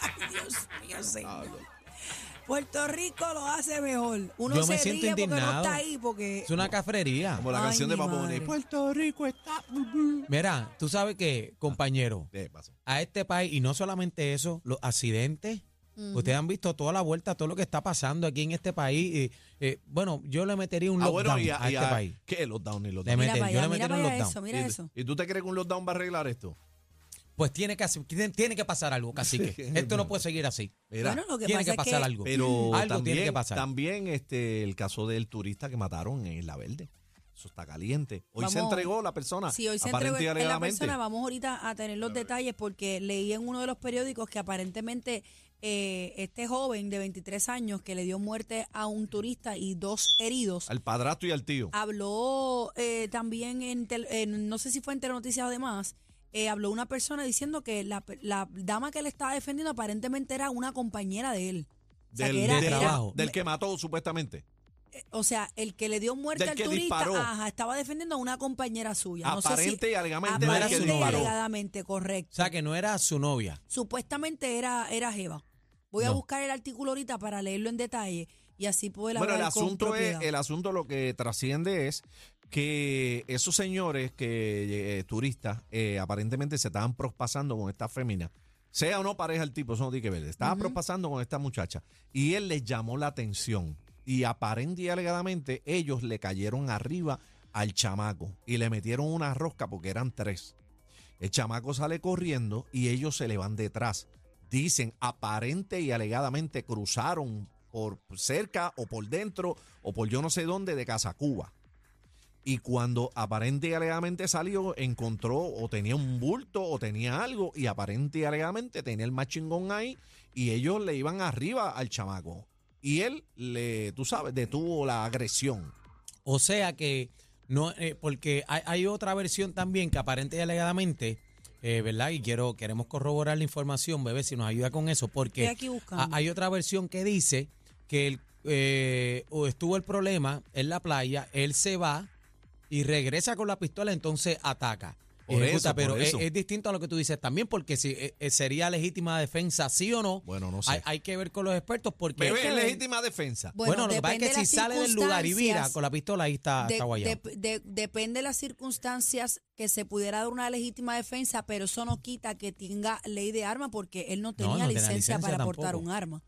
[SPEAKER 5] Ay, Dios mío,
[SPEAKER 3] Ah,
[SPEAKER 5] señor. Puerto Rico lo hace mejor. Uno
[SPEAKER 3] Yo
[SPEAKER 5] se
[SPEAKER 3] me siento
[SPEAKER 5] ríe porque no
[SPEAKER 3] indignado.
[SPEAKER 5] está ahí porque
[SPEAKER 3] Es una cafrería.
[SPEAKER 4] Como la
[SPEAKER 5] Ay,
[SPEAKER 4] canción de Pues,
[SPEAKER 5] mi
[SPEAKER 4] Papón.
[SPEAKER 5] madre.
[SPEAKER 4] Puerto Rico está.
[SPEAKER 3] Mira, tú sabes que, compañero,
[SPEAKER 4] ¿Qué pasó?
[SPEAKER 3] a este país y no solamente eso, los accidentes. Ustedes han visto toda la vuelta, todo lo que está pasando aquí en este país. y, eh, bueno, yo le metería un
[SPEAKER 4] Ah,
[SPEAKER 3] lockdown
[SPEAKER 4] bueno, y a,
[SPEAKER 3] a
[SPEAKER 4] y
[SPEAKER 3] este
[SPEAKER 4] a-
[SPEAKER 3] país.
[SPEAKER 4] ¿Qué lockdown y
[SPEAKER 3] Le
[SPEAKER 4] lockdown?
[SPEAKER 5] mira
[SPEAKER 3] meten,
[SPEAKER 5] para
[SPEAKER 3] yo
[SPEAKER 5] allá,
[SPEAKER 3] le
[SPEAKER 5] mira
[SPEAKER 3] metería un
[SPEAKER 5] para allá
[SPEAKER 3] lockdown.
[SPEAKER 5] eso, mira
[SPEAKER 4] ¿Y-
[SPEAKER 5] eso.
[SPEAKER 4] ¿Y tú te crees que un lockdown va a arreglar esto?
[SPEAKER 3] Pues tiene que, hacer- tiene, tiene que pasar algo, cacique. Esto no puede seguir así.
[SPEAKER 4] Mira,
[SPEAKER 5] Bueno, lo que
[SPEAKER 3] Tiene
[SPEAKER 5] pasa
[SPEAKER 3] que
[SPEAKER 5] es que-
[SPEAKER 3] pasar algo.
[SPEAKER 4] pero
[SPEAKER 3] algo
[SPEAKER 4] también,
[SPEAKER 3] tiene que pasar.
[SPEAKER 4] también este, el caso del turista que mataron en Isla Verde. Eso está caliente. Hoy se
[SPEAKER 5] Vamos.
[SPEAKER 4] entregó la persona.
[SPEAKER 5] Si hoy se entregó
[SPEAKER 4] aparente y
[SPEAKER 5] en la
[SPEAKER 4] alegadamente.
[SPEAKER 5] persona, vamos ahorita a tener los detalles porque leí en uno de los periódicos que aparentemente eh, este joven de 23 años que le dio muerte a un turista y dos heridos,
[SPEAKER 4] Al padrastro y al tío.
[SPEAKER 5] Ah, habló eh, también en, tel- en- no sé si fue en Telenoticias o demás, eh, habló una persona diciendo que la, pe- la dama que le estaba defendiendo aparentemente era una compañera de él. O sea,
[SPEAKER 4] del,
[SPEAKER 5] que era-
[SPEAKER 4] del-
[SPEAKER 5] era-
[SPEAKER 3] trabajo.
[SPEAKER 4] del que mató, supuestamente.
[SPEAKER 5] o sea, el que le dio muerte
[SPEAKER 4] Del
[SPEAKER 5] al
[SPEAKER 4] que
[SPEAKER 5] turista
[SPEAKER 4] disparó.
[SPEAKER 5] ajá, estaba defendiendo a una compañera suya. No sé si-
[SPEAKER 4] Aparente y alegadamente del que
[SPEAKER 5] aparente y
[SPEAKER 4] disparó.
[SPEAKER 5] alegadamente, correcto.
[SPEAKER 3] O sea, que no era su novia.
[SPEAKER 5] Supuestamente era, era Jeva. Voy a
[SPEAKER 3] No.
[SPEAKER 5] buscar el artículo ahorita para leerlo en detalle y así poder
[SPEAKER 4] Bueno, el
[SPEAKER 5] hablar con
[SPEAKER 4] asunto, es,
[SPEAKER 5] propiedad.
[SPEAKER 4] el asunto lo que trasciende es que esos señores que eh, turistas eh, aparentemente se estaban prospasando con esta fémina. Sea o no pareja el tipo, eso no tiene que ver. Estaba prospasando con esta muchacha y él les llamó la atención. Y aparente y alegadamente ellos le cayeron arriba al chamaco y le metieron una rosca porque eran tres. El chamaco sale corriendo y ellos se le van detrás. Dicen, aparente y alegadamente cruzaron por cerca o por dentro o por yo no sé dónde de Casa Cuba. Y cuando aparente y alegadamente salió, encontró o tenía un bulto o tenía algo y aparente y alegadamente tenía el machingón ahí y ellos le iban arriba al chamaco. Y él, le, tú sabes, detuvo la agresión.
[SPEAKER 3] O sea que No, eh, porque hay, hay otra versión también que aparente y alegadamente, eh, ¿verdad? Y quiero queremos corroborar la información, bebé, si nos ayuda con eso, porque
[SPEAKER 5] Estoy aquí buscando.
[SPEAKER 3] a- Ah, hay otra versión que dice que el, eh, o estuvo el problema en la playa, él se va y regresa con la pistola, entonces ataca.
[SPEAKER 4] Por eso,
[SPEAKER 3] Ejecuta,
[SPEAKER 4] por
[SPEAKER 3] pero es-
[SPEAKER 4] eso.
[SPEAKER 3] Es, distinto a lo que tú dices también, porque si eh, eh, sería legítima defensa, sí o no.
[SPEAKER 4] Bueno, no sé.
[SPEAKER 3] Hay, hay que ver con los expertos porque
[SPEAKER 4] Bebé,
[SPEAKER 5] que ver.
[SPEAKER 4] legítima defensa.
[SPEAKER 5] Bueno,
[SPEAKER 3] bueno, lo que pasa
[SPEAKER 5] depende
[SPEAKER 3] es que
[SPEAKER 5] de
[SPEAKER 3] si
[SPEAKER 5] las
[SPEAKER 3] sale del lugar y vira
[SPEAKER 5] circunstancias.
[SPEAKER 3] con la pistola, ahí está,
[SPEAKER 5] De-
[SPEAKER 3] Ah, está guayado.
[SPEAKER 5] de- de- depende de las circunstancias que se pudiera dar una legítima defensa, pero eso no quita que tenga ley de arma porque él no tenía
[SPEAKER 3] no tenía
[SPEAKER 5] licencia,
[SPEAKER 3] licencia
[SPEAKER 5] para portar
[SPEAKER 3] tampoco.
[SPEAKER 5] un arma.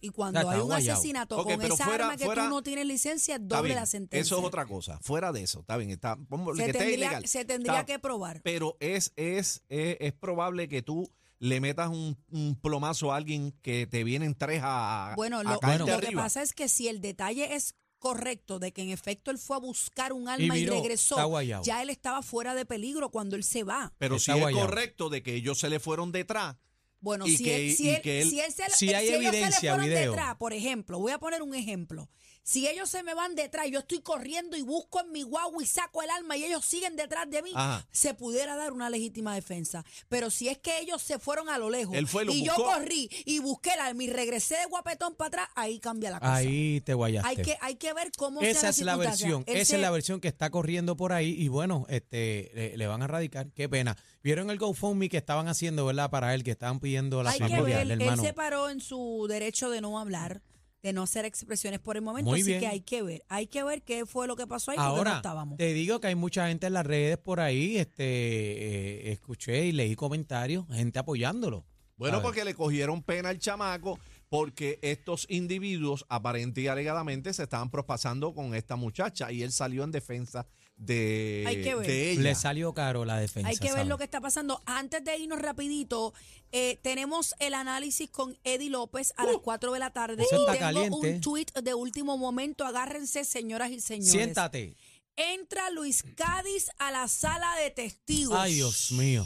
[SPEAKER 5] Y cuando
[SPEAKER 3] está
[SPEAKER 5] hay un
[SPEAKER 3] guayao.
[SPEAKER 5] asesinato
[SPEAKER 4] Ok,
[SPEAKER 5] con
[SPEAKER 4] pero
[SPEAKER 5] esa
[SPEAKER 4] fuera-
[SPEAKER 5] arma que
[SPEAKER 4] fuera-
[SPEAKER 5] tú no tienes licencia,
[SPEAKER 4] Está
[SPEAKER 5] doble
[SPEAKER 4] bien,
[SPEAKER 5] la sentencia.
[SPEAKER 4] Eso es otra cosa. Fuera de eso, está bien. Está, pongo- que
[SPEAKER 5] Se
[SPEAKER 4] esté
[SPEAKER 5] tendría,
[SPEAKER 4] ilegal.
[SPEAKER 5] se tendría
[SPEAKER 4] Está-
[SPEAKER 5] que probar.
[SPEAKER 4] Pero es, es, es, es probable que tú le metas un, un plomazo a alguien que te vienen tres a, a-
[SPEAKER 5] Bueno,
[SPEAKER 4] a
[SPEAKER 5] lo,
[SPEAKER 4] caerte
[SPEAKER 5] lo que
[SPEAKER 4] arriba.
[SPEAKER 5] pasa es que si el detalle es correcto de que en efecto él fue a buscar un arma y,
[SPEAKER 3] viró, está
[SPEAKER 5] regresó,
[SPEAKER 3] guayao.
[SPEAKER 5] ya él estaba fuera de peligro cuando él se va.
[SPEAKER 4] Pero si
[SPEAKER 3] Está
[SPEAKER 4] es
[SPEAKER 3] guayao.
[SPEAKER 4] correcto de que ellos se le fueron detrás,
[SPEAKER 5] Bueno,
[SPEAKER 4] Y
[SPEAKER 5] si,
[SPEAKER 4] que-
[SPEAKER 5] él, si,
[SPEAKER 4] y
[SPEAKER 5] él-
[SPEAKER 4] que él-
[SPEAKER 5] si él se le-
[SPEAKER 3] si hay
[SPEAKER 5] ellos se le
[SPEAKER 3] evidencia,
[SPEAKER 5] fueron
[SPEAKER 3] video.
[SPEAKER 5] detrás, por ejemplo, voy a poner un ejemplo. Si ellos se me van detrás, yo estoy corriendo y busco en mi guagua y saco el alma y ellos siguen detrás de mí,
[SPEAKER 4] Ajá.
[SPEAKER 5] se pudiera dar una legítima defensa. Pero si es que ellos se fueron a lo lejos
[SPEAKER 4] Él fue y lo
[SPEAKER 5] y yo
[SPEAKER 4] buscó.
[SPEAKER 5] corrí y busqué el alma y regresé de guapetón para atrás, ahí cambia la cosa.
[SPEAKER 3] Ahí te guayaste.
[SPEAKER 5] Hay que, hay que ver cómo sea
[SPEAKER 3] esa es la
[SPEAKER 5] circunstancia.
[SPEAKER 3] versión,
[SPEAKER 5] Él
[SPEAKER 3] esa
[SPEAKER 5] se-
[SPEAKER 3] es la versión que está corriendo por ahí y bueno, este le, le van a radicar, qué pena. ¿Vieron el GoFundMe que estaban haciendo, verdad, para él que estaban pidiendo la
[SPEAKER 5] Hay que
[SPEAKER 3] familia
[SPEAKER 5] ver,
[SPEAKER 3] del
[SPEAKER 5] él
[SPEAKER 3] hermano?
[SPEAKER 5] se paró en su derecho de no hablar, de no hacer expresiones por el momento,
[SPEAKER 3] Muy
[SPEAKER 5] así
[SPEAKER 3] bien.
[SPEAKER 5] que hay que ver, hay que ver qué fue lo que pasó ahí porque no
[SPEAKER 3] Ahora, eh,
[SPEAKER 5] estábamos.
[SPEAKER 3] te digo que hay mucha gente en las redes por ahí, este eh, escuché y leí comentarios, gente apoyándolo.
[SPEAKER 4] Bueno,
[SPEAKER 3] A ver.
[SPEAKER 4] porque le cogieron pena al chamaco porque estos individuos aparente y alegadamente se estaban propasando con esta muchacha y él salió en defensa de,
[SPEAKER 5] Hay que ver.
[SPEAKER 4] de ella.
[SPEAKER 3] Le salió caro la defensa.
[SPEAKER 5] Hay que ver
[SPEAKER 3] ¿sabes?
[SPEAKER 5] lo que está pasando. Antes de irnos rapidito, eh, tenemos el análisis con Eddie López a las 4 de la tarde.
[SPEAKER 3] Uh, Eso
[SPEAKER 5] y
[SPEAKER 3] está
[SPEAKER 5] tengo
[SPEAKER 3] caliente.
[SPEAKER 5] un tweet de último momento. Agárrense, señoras y señores.
[SPEAKER 3] Siéntate.
[SPEAKER 5] Entra Luis Cádiz a la sala de testigos.
[SPEAKER 3] Ay, Dios mío.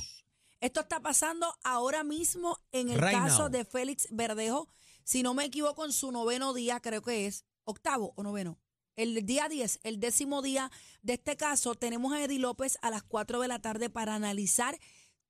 [SPEAKER 5] Esto está pasando ahora mismo en el
[SPEAKER 3] Right
[SPEAKER 5] caso
[SPEAKER 3] now.
[SPEAKER 5] de Félix Verdejo. Si no me equivoco, en su noveno día, creo que es octavo o noveno. El día 10, el décimo día de este caso, tenemos a Eddie López a las 4 de la tarde para analizar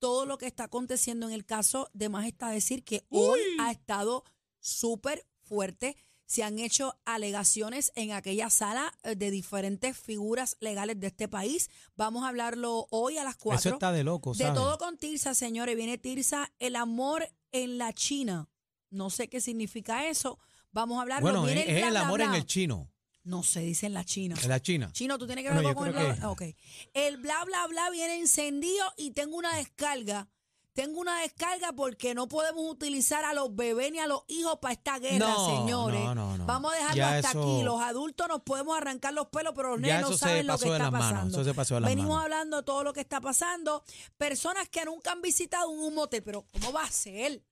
[SPEAKER 5] todo lo que está aconteciendo en el caso. De más está decir que hoy ha estado súper fuerte. Se han hecho alegaciones en aquella sala eh, de diferentes figuras legales de este país. Vamos a hablarlo hoy a las 4.
[SPEAKER 3] Eso está de loco,
[SPEAKER 5] De
[SPEAKER 3] ¿sabes?
[SPEAKER 5] todo con Tirsa, señores. Viene Tirsa, el amor en la China. No sé qué significa eso. Vamos a hablarlo.
[SPEAKER 3] bueno,
[SPEAKER 5] Viene
[SPEAKER 3] es, es
[SPEAKER 5] bla,
[SPEAKER 3] el
[SPEAKER 5] bla,
[SPEAKER 3] amor en
[SPEAKER 5] bla.
[SPEAKER 3] el chino,
[SPEAKER 5] No se dice en la China.
[SPEAKER 3] en la China.
[SPEAKER 5] Chino, tú tienes que ver
[SPEAKER 3] Bueno,
[SPEAKER 5] algo
[SPEAKER 3] yo
[SPEAKER 5] con
[SPEAKER 3] creo
[SPEAKER 5] el
[SPEAKER 3] que-
[SPEAKER 5] bla, bla. Ok. El bla, bla, bla viene encendido y tengo una descarga. Tengo una descarga porque no podemos utilizar a los bebés ni a los hijos para esta guerra,
[SPEAKER 3] No,
[SPEAKER 5] señores.
[SPEAKER 3] no, no, no.
[SPEAKER 5] Vamos a dejarlo
[SPEAKER 3] Ya
[SPEAKER 5] hasta
[SPEAKER 3] eso-
[SPEAKER 5] aquí. Los adultos nos podemos arrancar los pelos, pero los nenes
[SPEAKER 3] Ya
[SPEAKER 5] no
[SPEAKER 3] eso se
[SPEAKER 5] saben lo que
[SPEAKER 3] pasó de
[SPEAKER 5] está
[SPEAKER 3] las manos,
[SPEAKER 5] pasando.
[SPEAKER 3] eso se pasó de las
[SPEAKER 5] Venimos
[SPEAKER 3] manos.
[SPEAKER 5] hablando de todo lo que está pasando. Personas que nunca han visitado un motel, pero ¿cómo va a ser?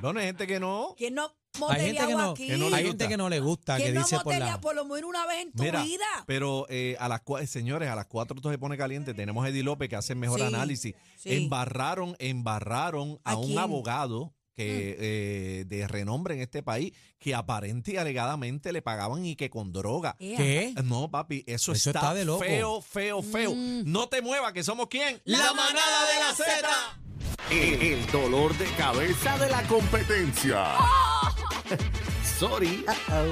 [SPEAKER 4] Bueno, hay gente que no.
[SPEAKER 5] ¿Quién no
[SPEAKER 3] Hay gente,
[SPEAKER 5] motería
[SPEAKER 3] que no,
[SPEAKER 5] aquí?
[SPEAKER 4] que no le
[SPEAKER 3] hay
[SPEAKER 4] gusta.
[SPEAKER 3] gente que no le gusta, que
[SPEAKER 5] ¿Quién no
[SPEAKER 3] dice por
[SPEAKER 5] motería
[SPEAKER 3] la...
[SPEAKER 5] por lo menos una vez en tu
[SPEAKER 4] Mira,
[SPEAKER 5] vida?
[SPEAKER 4] pero eh, a las cua- señores, a las 4 esto se pone caliente. Tenemos a Eddie López que hace el mejor
[SPEAKER 5] Sí,
[SPEAKER 4] análisis.
[SPEAKER 5] sí.
[SPEAKER 4] Embarraron, embarraron a,
[SPEAKER 5] ¿A
[SPEAKER 4] un
[SPEAKER 5] quién? Mm.
[SPEAKER 4] abogado que eh, de renombre en este país que aparente y alegadamente le pagaban y que con droga.
[SPEAKER 5] Ea.
[SPEAKER 3] ¿Qué?
[SPEAKER 4] No, papi, eso,
[SPEAKER 3] Eso
[SPEAKER 4] está,
[SPEAKER 3] está de loco.
[SPEAKER 4] feo, feo, feo. No te muevas, que somos quién?
[SPEAKER 5] Mm. La manada de la
[SPEAKER 4] Z.
[SPEAKER 7] El, el dolor de cabeza de la <laughs> competencia. Sorry.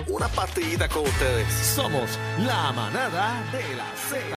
[SPEAKER 7] Una partidita con ustedes. Somos la manada de la Z.